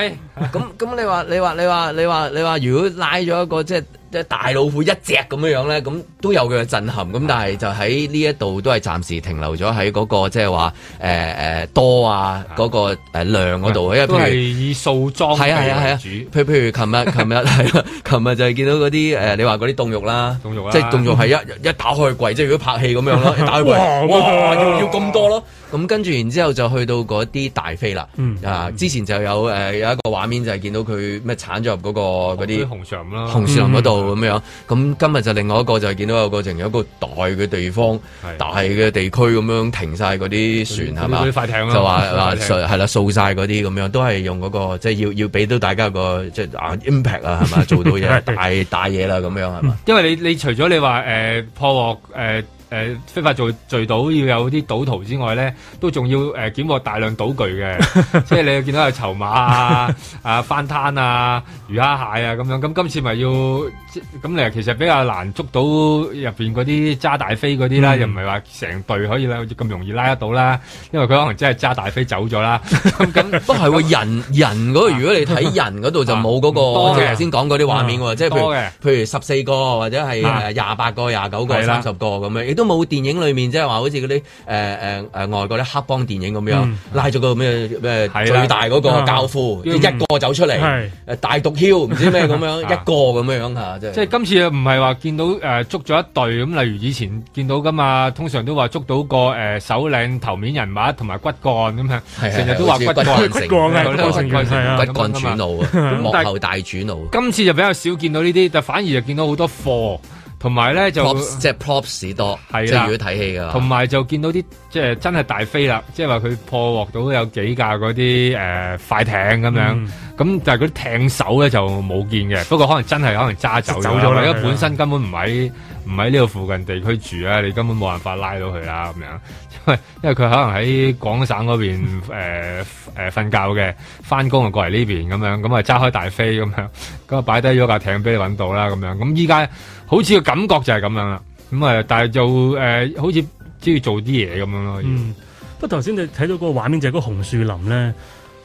咁咁你話你話你話你話你話，如果拉咗一個即係即係大老虎一隻咁樣樣咧，咁都有佢嘅震撼。咁但係就喺呢一度都係暫時停留咗喺嗰個即係話誒誒多啊嗰個誒量嗰度，因為都係譬如。以掃裝係啊係啊係為啊，主。譬譬如琴日 [laughs] 琴日係啦，啊琴日就係見到嗰啲誒，你話嗰啲凍肉啦，凍肉啊啦即係凍肉係 [laughs] 一一打開櫃，即係如果拍戲咁樣咯，一打開櫃，哇啊哇哇要要咁多咯。咁跟住然之後就去到嗰啲大飛啦嗯，啊之前就有誒有一個畫面就係見到佢咩鏟咗入嗰個嗰啲哦紅樹林啦嗯紅樹林嗰度咁樣。咁今日就另外一個就係見到有個成有一個大嘅地方、大嘅地區咁樣停晒嗰啲船係嘛，嗰啲快艇啦就話嗰啲快話艇係啦，掃晒嗰啲咁樣，都係用嗰個即係要要俾到大家個即係啊 impact 啊 [laughs] 係嘛，做到嘢大大嘢啦咁樣係嘛。因為你你除咗你話誒、呃破獲誒誒非法做聚賭要有啲賭徒之外咧，都仲要誒、呃、檢獲大量賭 [laughs] 具嘅，即係你見到有籌碼啊、啊翻攤啊、魚蝦蟹啊咁樣。咁今次咪要即咁你其實比較難捉到入邊嗰啲揸大飛嗰啲啦，嗯又唔係話成隊可以啦咁容易拉得到啦，因為佢可能真係揸大飛走咗啦。咁咁 [laughs] 不過係喎，人人嗰個如果你睇人嗰度就冇嗰 [laughs] 多個，嘅嗯即係頭先講嗰啲畫面喎，即係譬多嘅如譬如十四個或者係啊誒廿八個、廿九個、係啦三十個咁樣，亦都冇電影裡面即係話好似嗰啲誒誒誒外國啲黑幫電影咁樣嗯，拉咗個咩咩係啦最大嗰個教父，嗯一個走出嚟係，誒大毒梟唔知咩咁樣， [laughs] 啊一個咁樣嚇，即係即係今次唔係話見到誒、呃捉咗一隊咁，例如以前見到噶嘛，通常都話捉到個誒、呃首領頭面人物同埋骨幹咁係樣，係成日都話好似骨幹骨幹啊骨幹成員係啊咁 Dạ. 樣骨幹主腦啊 [laughs] 咁幕但係後大主腦啊今次就比較少見到呢啲，但反而就見到好多貨，同埋咧就 Props，即係 props 多，即係係啦，如果睇戲㗎。同埋就見到啲即係真係大飛啦，即係話佢破獲到有幾架嗰啲誒快艇咁樣，咁、嗯但係嗰啲艇手咧就冇見嘅，不過可能真係可能揸走走咗啦啦，因係啦為本身根本唔喺唔喺呢度附近地區住啊，你根本冇辦法拉到佢啦咁樣， [laughs] 因為因為佢可能喺廣省嗰邊 [laughs] 誒誒瞓覺嘅，翻工就過嚟呢邊咁樣，咁啊揸開大飛咁樣，咁啊擺低咗架艇俾你揾到啦咁樣，咁依家好似個感覺就係咁樣啦，咁啊但係就誒、呃好似都要做啲嘢咁樣咯，要嗯，不過頭先你睇到嗰個畫面就係嗰個紅樹林咧，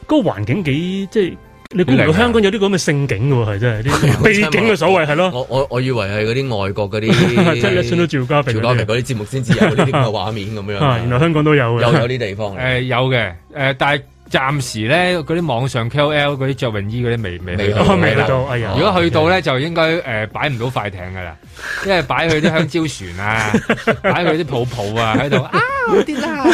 嗰、個環境幾即係你估唔幾靚到啊香港有啲咁嘅盛景嘅喎，係真係 [laughs] 啲秘境嘅所謂係 [laughs] 咯。我我我以為係嗰啲外國嗰啲， [laughs] 即係 National Geographic 嗰嗰啲啲節目先至有呢啲咁嘅畫面咁樣。 [laughs] 啊原來香港都有嘅有有啲地方誒、。有嘅，誒、但係暫時咧嗰啲網上 KOL 嗰啲着泳衣嗰啲未未未到哦去到未去到哎呀如果去到咧就應該誒擺唔到快艇噶啦，因為擺佢啲香蕉船 [laughs] 啊，擺佢啲泡泡啊喺度啊，嗰啲啦，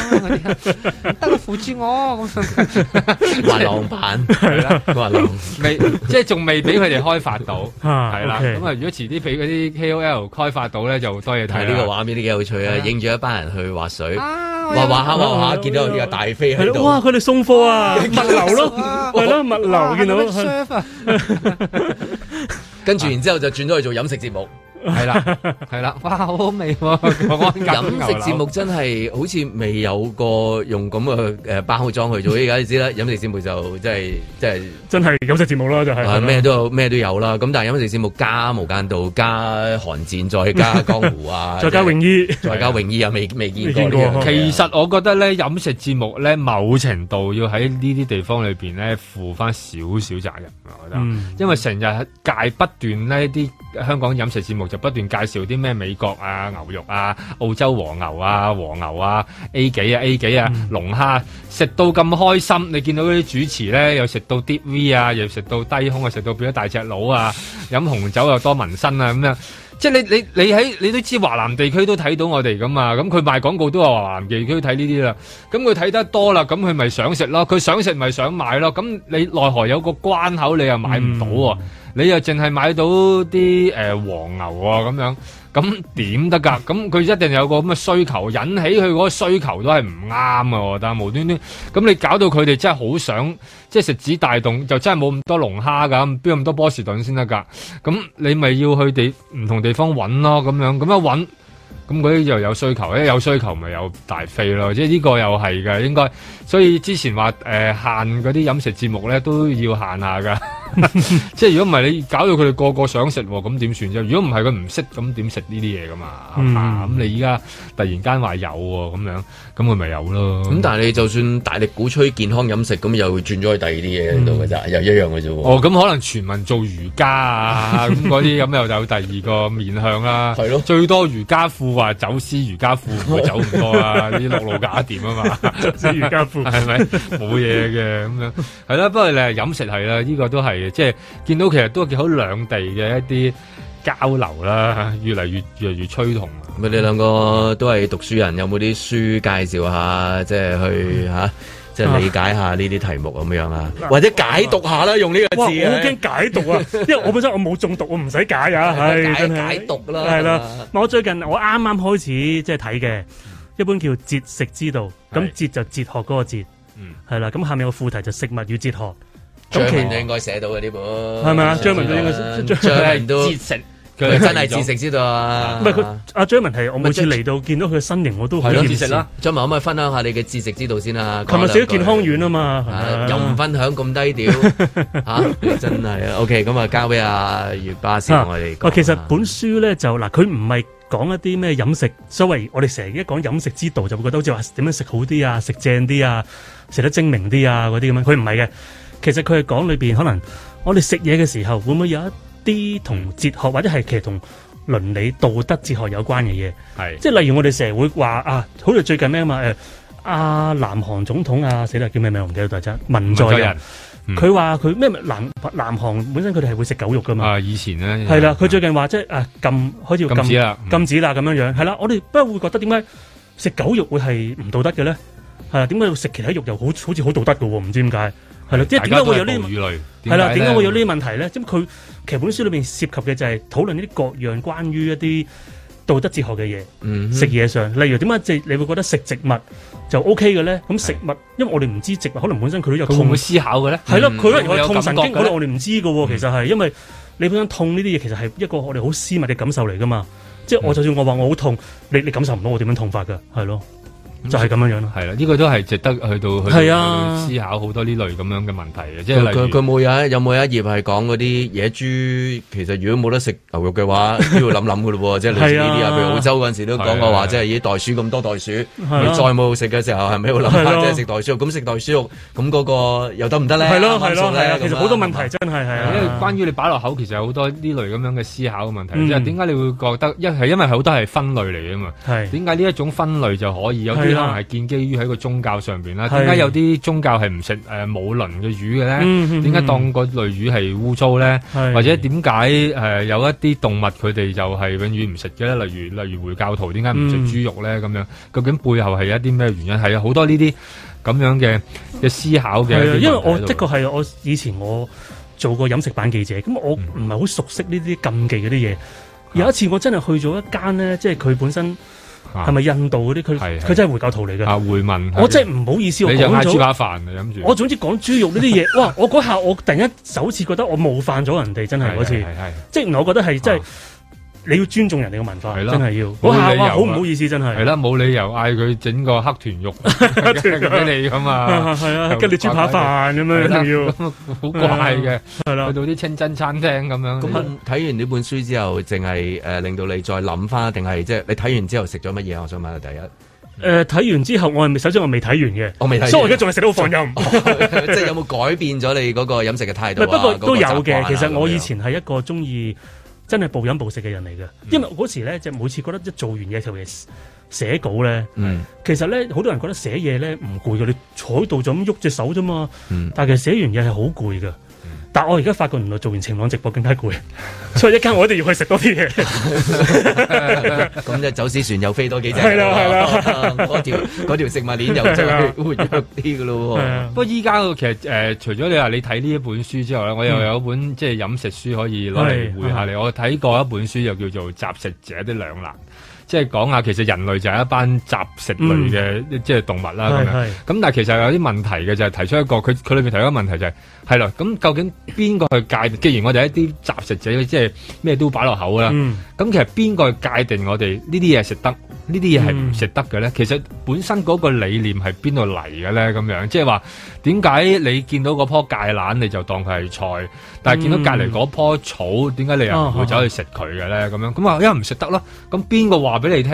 得個扶住我咁，滑浪 [laughs] 板係啦，滑浪未即係仲未俾佢哋開發到，啊係啦， OK [laughs] 咁啊如果遲啲俾嗰啲 KOL 開發到咧就多嘢睇睇啦呢個畫面都幾有趣啊！影住一班人去滑水，啊滑滑下滑下，見到有架大飛係喺咯，度。哇！佢哋送貨啊，物流咯，係咯，物流見到係 [laughs] 跟住然之後就轉咗去做飲食節目，係 [laughs] 啦，係啦，哇，好好味喎！飲食節目真係好似未有過用咁嘅誒包裝去做，而家你知啦，飲食節目就真係真係。真係飲食節目啦，就係啊咩都有咩都有啦，咁但係飲食節目加無間道、加寒戰、再 [laughs]，加江湖啊再加泳衣再加泳衣啊，未未見過呢樣哦嘢。其實我覺得咧，飲食節目咧，某程度要喺呢啲地方裏邊咧，負翻少少責任啊我覺得，嗯因為成日介不斷呢啲呃香港飲食節目就不斷介紹啲咩美國啊牛肉啊、澳洲和牛啊、和牛啊、A 幾啊、A 幾啊、龍蝦，食到咁開心，你見到嗰啲主持咧，又食到 d V 啊，又食到低胸啊，食到變咗大隻佬啊，飲紅酒又多紋身啊咁樣。即係你你你喺你都知華南地區都睇到我哋噶嘛，咁佢賣廣告都話華南地區睇呢啲啦，咁佢睇得多啦，咁佢咪想食咯，佢想食咪想買咯，咁你奈何有個關口你又買唔到喎，你又淨係買到啲誒、呃黃牛啊咁樣，咁點得㗎？咁佢一定有個咁嘅需求，引起佢嗰個需求都係唔啱啊！我覺得無端端，咁你搞到佢哋真係好想即係食指大動，就真係冇咁多龍蝦㗎，邊有咁多波士頓先得㗎？咁你咪要去地唔同地方揾咯，咁樣咁一揾。咁嗰啲就有需求，一有需求咪有大飛咯，即係呢個又係嘅，應該。所以之前話誒、呃限嗰啲飲食節目咧都要限 [laughs] 下噶，即係如果唔係你搞到佢哋個個想食喎，咁點算啫？如果唔係佢唔識，咁點食呢啲嘢噶嘛？係嘛咁、嗯你依家突然間話有喎，咁樣咁佢咪有咯。咁但係你就算大力鼓吹健康飲食，咁又轉咗去第二啲嗯嘢度㗎咋，又一樣嘅啫喎。哦，咁可能全民做瑜伽啊，咁嗰啲咁又有第二個面 [laughs] 向啦。係咯，最多瑜伽褲話走私瑜伽褲唔會走咁多啦，啲陸路假店啊嘛，走私瑜伽褲 [laughs] 係咪冇嘢嘅咁樣？係啦，不過你係飲食係啦，呢、個都係即係見到其實都幾好兩地嘅一啲交流啦，越嚟越越嚟越趨同。咁你兩個都係讀書人，有冇啲書介紹下，即係嗯去吓，即啊係理解下呢啲題目咁樣啊，或者解讀下啦，用呢個哇！我好字啊。驚解 [laughs] 讀啊，因為我本身我冇中毒，我唔使解啊，解係真係解讀啦係啦。我最近我啱啱開始即係睇嘅，一本叫《節食之道》，咁節就哲學嗰個節，嗯係啦。咁下面有個副題就食物與哲學。張咁其文就應該寫到嘅呢本，嗯係咪啊張文都應該張文都佢係節食佢真係節食之道啊！唔係佢阿張文係我每次嚟到見到佢嘅身形，我都好係咯，厭節食世啦。。張文可唔可以分享下你嘅節食之道先啊？琴日食咗健康院丸啊嘛，係咪啊啊又唔分享咁低調 [laughs] 嚇，你真係啊！OK，咁啊交俾阿月巴先，我哋啊，其實本書咧就嗱，佢唔係講一啲咩飲食，所謂我哋成日一講飲食之道，就會覺得好似話點樣食好啲啊，食正啲啊，食得精明啲啊嗰啲咁樣。佢唔係嘅，其實佢係講裏邊可能我哋食嘢嘅時候，會唔會有一啲同哲學或者係其實同倫理道德哲學有關嘅嘢？係即係例如我哋成日會話啊，好似最近咩啊嘛誒。啊！南韓總統啊，死啦！叫咩名？我唔記得咗大家。文在文在寅寅，嗯佢話佢咩？南南韓本身佢哋係會食狗肉噶嘛？啊，以前咧係啦，佢最近話即係誒禁開始要禁禁止啦嗯禁止啦咁樣樣係啦。我哋不過會覺得點解食狗肉會係唔道德嘅咧？係啦，點解要食其他肉又好好似好道德嘅喎？唔知點解係啦，即係點解會有呢啲大家都係哺乳類係啦，點解會有呢呢？啲問題咧？咁佢其實本書裏面涉及嘅就係討論呢啲各樣關於一啲道德哲學嘅嘢。嗯食嘢上，例如點解即係你會覺得食植物就 O K 嘅咧？咁食物，因為我哋唔知植物可能本身佢都有佢會唔痛會思考嘅咧係咯，嗯佢可能會唔會有有痛神感經，覺可嘅咧能我哋唔知嘅喎。其實係因為你本身痛呢啲嘢，其實係一個我哋好私密嘅感受嚟噶嘛。即係我就算我話我好痛，你你感受唔到我點樣痛法㗎，係咯，就係咁樣樣咯。係啦，呢個都係值得去到去係啊到思考好多呢類咁樣嘅問題嘅，即係佢例如佢佢冇有一有冇一頁係講嗰啲野豬？其實如果冇得食牛肉嘅話， [laughs] 都要諗諗嘅咯喎，即係類似呢啲啊。係啊譬如澳洲嗰陣時都講過係啊話，即係啲袋鼠咁多袋鼠，啊你再冇食嘅時候係咪要諗係下咯即係食袋鼠肉？咁食袋鼠肉咁嗰個又得唔得咧？係啱咯唔啱係咯數咧係啊，咁其實樣好多問題真係係因為啊。關於你擺落口，其實有好多呢類咁樣嘅思考嘅問題，嗯即係點解你會覺得一係因為好多係分類嚟嘅嘛？係點解呢一種分類就可以有啲可係啦能係建基於喺個宗教上邊啦？係點解有啲宗教係唔食誒冇鱗嘅魚嘅嗯咧？嗯點解嗯當嗰類魚係污糟咧？係或者點解誒有一啲動物佢哋就係永遠唔食嘅咧？例如例如回教徒點解唔食嗯豬肉咧？咁樣究竟背後係一啲咩原因？係有好多呢啲咁樣嘅嘅思考嘅係啊，一啲因為問題我喺度的確係我以前我做過飲食版記者，咁我唔係好熟悉呢啲禁忌嗰啲嘢。有一次我真係去咗一間咧，即係佢本身啊係咪印度嗰啲？佢佢真係回教徒嚟啊嘅。回民，我真係唔好意思，我你就講嗌豬扒咗。飯你諗住，我總之講豬肉呢啲嘢，哇！我嗰下我突然間首次覺得我冒犯咗人哋，真係嗰次係係係，即係原來我覺得係真係你要尊重人哋嘅文化，係啦真係要。冇嗰下理由哇，啊好唔好意思，真係。係啦，冇理由嗌佢整個黑豚 [laughs] 肉俾你噶嘛，係啊跟住豬扒飯咁樣係啦仲要 [laughs] 咁好怪嘅，係啦，去到啲清真餐廳咁啊樣，咁啊睇完呢本書之後，淨係誒令到你再諗翻，定係即係你睇完之後食咗乜嘢？我想問啊下第 [laughs] 一。誒睇完之後，我係未首先我未睇完嘅，我未睇完所以我而家仲係食到放任。即係有冇改變咗你嗰個飲食嘅態度唔係啊？不過嗰個都有習慣嘅。啊其實我以咁樣前係一個中意真係暴飲暴食嘅人嚟嘅，因為嗰時咧就每次覺得一做完嘢就嘢寫稿咧，嗯其實咧好多人覺得寫嘢咧唔攰嘅，你坐喺度就咁喐隻手啫嘛。嗯但係其實寫完嘢係好攰嘅。但我而家發覺原來做完晴朗直播更加攰， [laughs] 所以一間我一定要去食多啲嘢。咁就走私船又飛多幾隻，係啦係啦 [laughs] 嗰條嗰條食物鏈又真係活躍啲噶咯啊不過依家其實誒、呃除咗你話你睇呢一本書之外咧，我又嗯有一本、即係飲食書可以攞嚟回下你。我睇過一本書就叫做《雜食者的兩難》，即係講下其實人類就係一班雜食類嘅、即係動物啦咁係樣係。咁但係其實有啲問題嘅就係提出一個佢佢裏面提出一個問題就係係啦，咁究竟邊個去界定？既然我哋一啲雜食者，即係咩都擺落口啦，咁、嗯其實邊個去界定我哋呢啲嘢食得，呢啲嘢係唔食得嘅咧？其實本身嗰個理念係邊度嚟嘅咧？咁樣即係話點解你見到嗰棵芥蘭你就當佢係菜，但係見到隔離嗰棵草，點解你又唔會走去食佢嘅咧？咁樣咁啊，因為唔食得咯。咁邊個話俾你聽？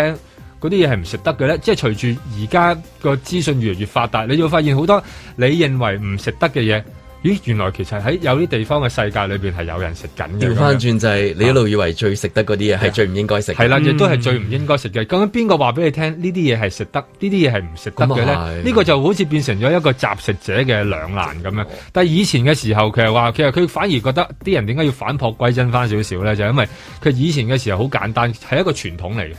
嗰啲嘢係唔食得嘅咧，即係隨住而家個資訊越嚟越發達，你會發現好多你認為唔食得嘅嘢，咦，原來其實喺有啲地方嘅世界裏邊係有人食緊嘅。調翻轉就係你一路以為最食得嗰啲嘢係最唔應該食嘅，係啦，亦都係最唔應該食嘅。究竟邊個話俾你聽呢啲嘢係食得，呢啲嘢係唔食得嘅咁咧啊？係呢個就好似變成咗一個雜食者嘅兩難咁哦樣。但係以前嘅時候，佢係話其實佢反而覺得啲人點解要反璞歸真翻少少咧？就係因為佢以前嘅時候好簡單，係一個傳統嚟嘅。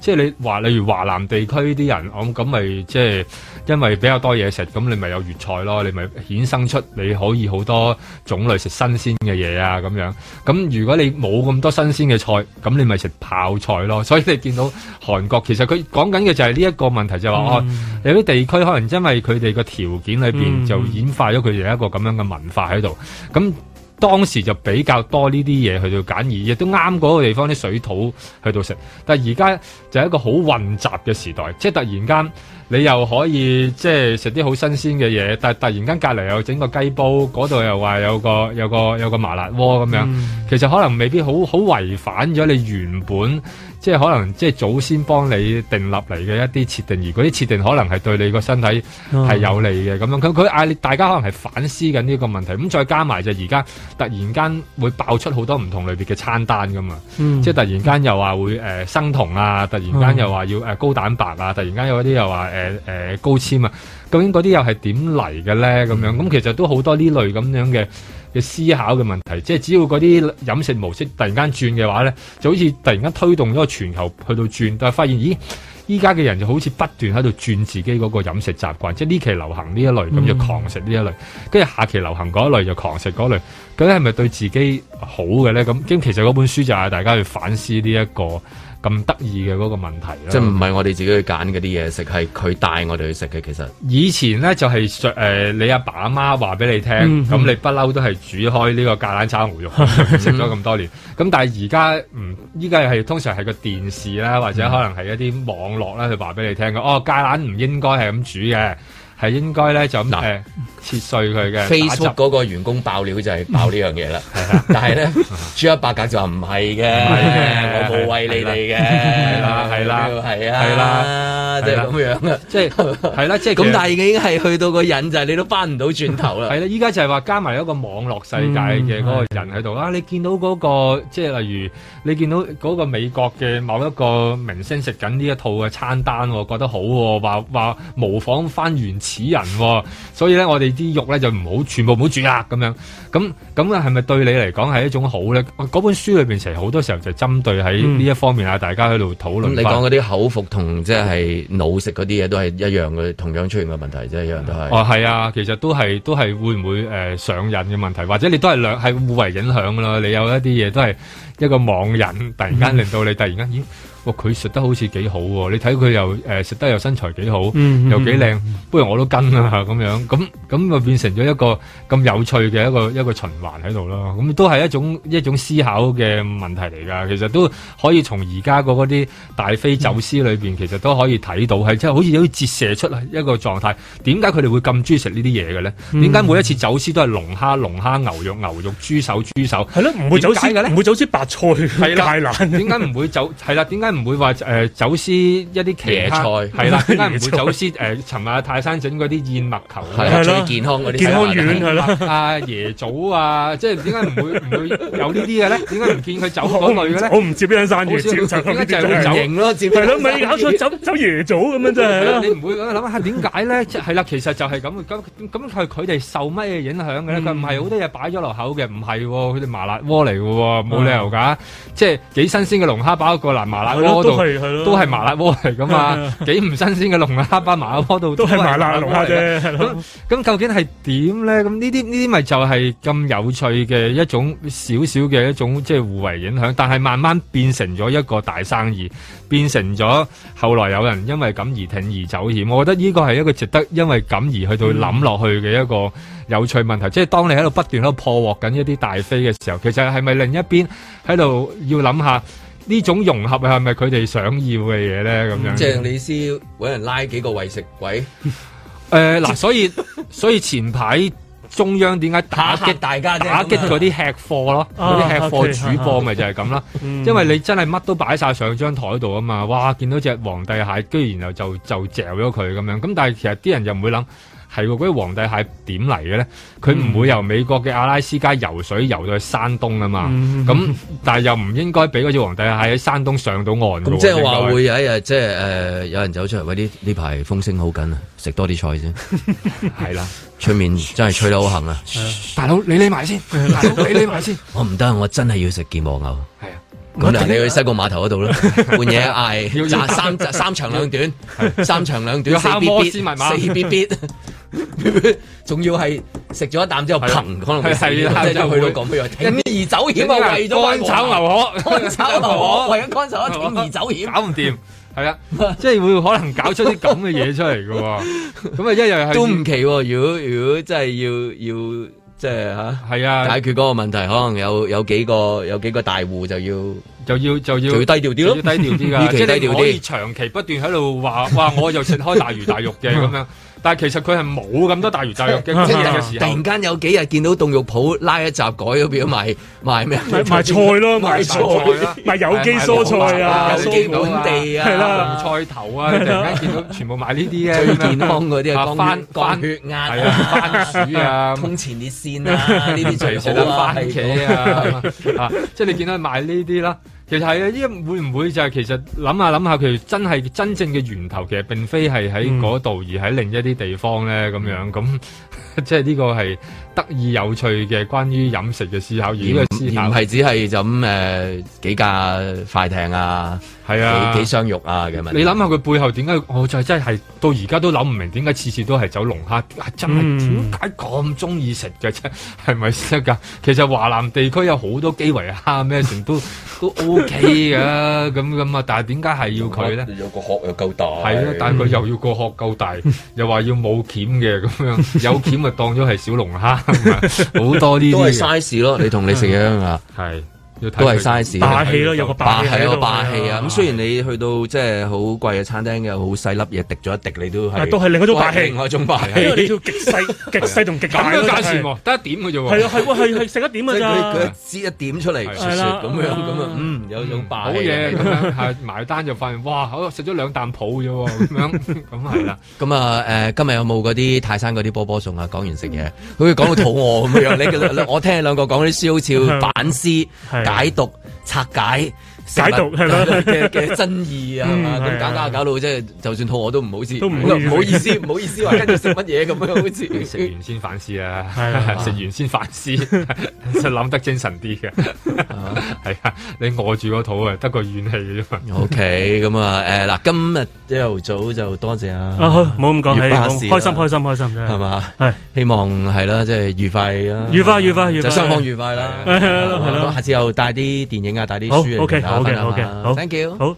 即係你話，例如華南地區啲人，我咁咪即係因為比較多嘢食，咁你咪有粵菜咯，你咪衍生出你可以好多種類食新鮮嘅嘢啊咁樣。咁如果你冇咁多新鮮嘅菜，咁你咪食泡菜咯。所以你見到韓國其實佢講緊嘅就係呢一個問題，就係話、哦，有啲地區可能因為佢哋個條件裏邊嗯就演化咗佢哋一個咁樣嘅文化喺度，咁。當時就比較多呢啲嘢去到揀，而亦都啱嗰個地方啲水土去到食。但係而家就係一個好混雜嘅時代，即係突然間你又可以即係食啲好新鮮嘅嘢，但係突然間隔離又整個雞煲，嗰度又話有個有個有個麻辣鍋咁樣，其實可能未必好好違反咗你原本即係可能即係祖先幫你定立嚟嘅一啲設定，而嗰啲設定可能係對你個身體係有利嘅咁樣。咁佢嗌你大家可能係反思緊呢個問題，咁再加埋就而家突然間會爆出好多唔同類別嘅餐單噶嘛，嗯即係突然間又話會誒、呃生酮啊，突然間又話要誒、呃高蛋白啊，突然間有一啲又話誒誒高纖啊，究竟嗰啲又係點嚟嘅咧？咁樣咁其實都好多呢類咁樣嘅。嘅思考嘅問題，即係只要嗰啲飲食模式突然間轉嘅話咧，就好似突然間推動咗個全球去到轉，但係發現咦，依家嘅人就好似不斷喺度轉自己嗰個飲食習慣，即係呢期流行呢一類，咁就嗯狂食呢一類，跟住下期流行嗰一類就狂食嗰一類，究竟係咪對自己好嘅咧？咁咁其實嗰本書就係大家去反思呢一個咁得意嘅嗰個問題啦。即係唔係我哋自己去揀嗰啲嘢食，係佢帶我哋去食嘅。其實以前咧就係、誒、你阿爸阿媽話俾你聽，嗯咁、你不嬲都係煮開呢個芥蘭炒 [laughs] 牛肉，食咗咁多年。咁但係而家唔，依家係通常係個電視啦，或嗯者可能係一啲網絡啦，佢話俾你聽嘅。哦，芥蘭唔應該係咁煮嘅，係應該咧就咁誒、切碎佢嘅。 Facebook 嗰個員工爆料就係爆呢樣嘢啦。但呃 [laughs] 係咧，朱一伯格就話唔係嘅，我冇為你哋嘅，係啦係啦係啊，係啦即係咁樣啊，即係係啦，即係咁，但係已經係去到個癮就係你都翻唔到轉頭啦。嗯係啦，依家就係話加埋一個網絡世界嘅嗰個人喺度啊啦。你見到嗰、個即係例如你見到嗰個美國嘅某一個明星食緊呢一套嘅餐單喎，覺得好喎，話話模仿翻原始人喎，所以咧我哋啲肉咧就唔好全部唔好煮啦咁樣。咁咁啊係咪對你嚟講係一種好咧？嗰本書裏邊其實好多時候就針對喺呢一方面啊，大家喺度 [laughs] 討嗯咁論你返。講嗰啲口服同即係腦食嗰啲嘢都係一樣嘅，同樣出現嘅問題啫，一樣都係。哦，係啊，其實都係都係會唔會誒、呃上癮嘅問題，或者你都係兩係互為影響啦。你有一啲嘢都係一個網癮，突然間令到你突然間，咦，哇佢食得好似幾好喎，你睇佢又誒食得又身材幾好，嗯嗯又幾靚嗯，不如我都跟啦咁樣，咁咁就變成咗一個咁有趣嘅一個一個循環喺度咯，咁都係一種一種思考嘅問題嚟㗎，其實都可以從而家嗰啲大飛走私裏嗯邊，其實都可以睇到係即係好似有啲折射出一個狀態，點解佢哋會咁中意食呢啲嘢嘅咧？嗯點解每一次走私都係龍蝦、龍蝦、牛肉、牛肉、豬手、豬手？係咯，唔會走私點解嘅咧唔會走私白菜、芥蘭。點解唔會走？係啦，點解唔會話誒、呃走私一啲其他椰菜係 [laughs] 啦，點解唔會椰菜走私誒？尋、日泰山整嗰啲燕麥球係啦最健康嗰啲健康 [laughs] 丸係啦啊椰棗啊，即係點解唔會唔會有呢啲嘅咧？點解唔見佢走嗰類嘅咧？ [laughs] 我唔接呢樣生意，好接少就點解就係會走係咯，咪 [laughs] 搞錯走走椰棗咁樣真係啦你。唔會諗下點解咧？即係啦，其實就係咁。咁咁佢佢哋受乜嘢影響嘅咧？佢唔係好多嘢擺咗落口嘅，唔係喎。佢哋麻辣鍋嚟嘅喎，冇理由㗎。即係幾新鮮嘅龍蝦包過嚟麻辣係鍋咯都係係度，咯都係麻辣鍋嚟㗎 [laughs] 係嘛啊。幾唔新鮮嘅龍蝦包麻辣鍋度都係麻辣都係麻龍蝦啫嚟係㗎咯咁咁究竟係點咧？咁呢啲呢啲咪就係咁有趣嘅一種少少嘅一種即係互為影響，但係慢慢變成咗一個大生意，變成咗後來有人因為咁而鋌而走險。我覺得呢個係一個值得因為咁而去到諗落去嘅一個有趣問題。即係當你喺度不斷喺度破獲緊一啲大飛嘅時候，其實係咪另一邊喺度要諗下呢種融合係咪佢哋想要嘅嘢咧？咁樣即係你意思揾人拉幾個為食鬼，誒呃嗱、所以 [laughs] 所以前排中央點解打嚇嚇擊大家啫打擊嗰啲吃貨咯，嗰啲啊吃 OK，貨主播咪就係咁啦。嗯因為你真係乜都擺晒上張台度啊嘛，哇！見到只皇帝蟹，跟住然後就就嚼咗佢咁樣。咁但係其實啲人又唔會諗。係喎，嗰啲皇帝蟹點嚟嘅咧？佢嗯唔會由美國嘅阿拉斯加游水游到去山東啊嘛。嗯咁、但係又唔應該俾嗰只皇帝蟹喺山東上到岸㗎喎。咁即係話應該會有一日即係誒有人走出嚟，喂呢呢排風聲好緊啊，食多啲菜先， [laughs] 係啦，出面真係吹得好行啊，大佬你匿 [laughs] 埋先，大佬你匿埋先。我唔得，我真係要食健和牛。係啊。咁嗱，你去西貢碼頭嗰 [laughs] 度啦，半夜嗌要炸三 [laughs] 炸三長兩短，三長兩短，要四敲摩必斯密碼必，四必必， [laughs] 仲要係食咗一啖之後，砰，可能會死係即啊係就去會到咁樣，鋌而走險啊，為咗乾炒牛河，乾炒牛河，為咗乾炒牛河鋌而走險，搞唔掂。係啊，即係會可能搞出啲咁嘅嘢出嚟嘅喎。咁啊，一日係都唔奇喎。如果如果真係要要即係嚇，係啊，解決嗰個問題，可能有有幾個有幾個大戶就要就要就要就要低調啲咯，要低調啲呢㗎，期即係低你調唔可啲。以長期不斷喺度話哇，我又食開大魚大肉嘅咁樣。但係其實佢係冇咁多大魚大肉嘅即嘅係時突候然。間有幾日見到凍肉鋪拉一集改咗變咗賣賣咩啊？賣賣菜咯賣賣菜菜，賣有機蔬菜啊有機本地啊，係啦菜頭啊，你突然間見到全部買呢啲嘅最健康嗰啲啊啊，番番番降血壓 [laughs] 係啊番薯啊通前列腺啊， [laughs] 呢啲最食得好啊，番茄啊，啊， [laughs] 即係你見到佢賣呢啲啦。其實係啊，因為會唔會就係其實諗下諗下，佢真係真正嘅源頭，其實並非係嗯喺嗰度，而喺另一啲地方咧咁樣。咁 [laughs] 即係呢個係得意有趣嘅關於飲食嘅思考，而呢而唔個思而考唔係只係就咁誒幾架快艇啊，係啊幾幾箱肉啊嘅問題你諗下佢背後點解？我就係真係到而家都諗唔明點解次次都係走龍蝦，係真係嗯點解咁中意食嘅啫？ [laughs] 係咪先得㗎？其實華南地區有好多基圍蝦咩成都 [laughs] 都 OK 嘅咁咁啊，但係點解係要佢咧？有個殼又夠大，係啊，但係佢又要個殼 [laughs] 夠大，又話要冇鉗嘅咁樣，有鉗咪當咗係小龍蝦， [laughs] 好多呢啲嘅都係 size 咯。你同你食嘅啊，係都係 size 霸氣咯有個 [laughs] 霸氣喺係度個霸氣啊！係啊咁雖然你去到即係好貴嘅餐廳嘅好細粒嘢滴咗一滴，你都係都係另一種霸氣都係另外一種霸氣。因為你要極 [laughs] 細、極細同極大咁嘅啊咯價錢真係喎，得一點嘅啫喎。係啊，係喎，係係食一點㗎即係佢佢咋一。支一點出嚟，雪係雪啦咁樣咁啊，嗯，有種霸好氣嘢咁樣，嘅。係埋單就發現，哇！好食咗兩啖泡啫喎，咁樣咁係啦。咁啊誒，今日有冇嗰啲泰山嗰啲波波餸啊？講完食嘢，嗯佢會講到肚餓咁樣。[laughs] 你你我聽你兩個講啲書，好似嗯要反思、解讀、拆解。食物 [laughs] 解讀係啦嘅嘅真意啊，係嘛？嗯係咁啊搞搞搞到即係，就算肚餓都唔好似，都唔好意思唔好意思， [laughs] 唔好意思話跟住食乜嘢咁樣，好似食完先反思啊，係啊 [laughs] 食完先反思，就諗得精神啲嘅。 [laughs] 係啊，你餓住個肚啊，得個怨氣嘅啫嘛。 O K，咁啊，誒嗱，今日朝頭早就多謝啊，啊好唔好咁講月巴士啦係開心開心開心真係係嘛，係希望係啦，即係愉快啊啦，愉快愉快愉嗯快就雙方愉快啦， [laughs] 係係係係係下次又帶啲電影啊，帶啲好書嚟同 OK，大家好嘅分享好嘅下好 thank you，好。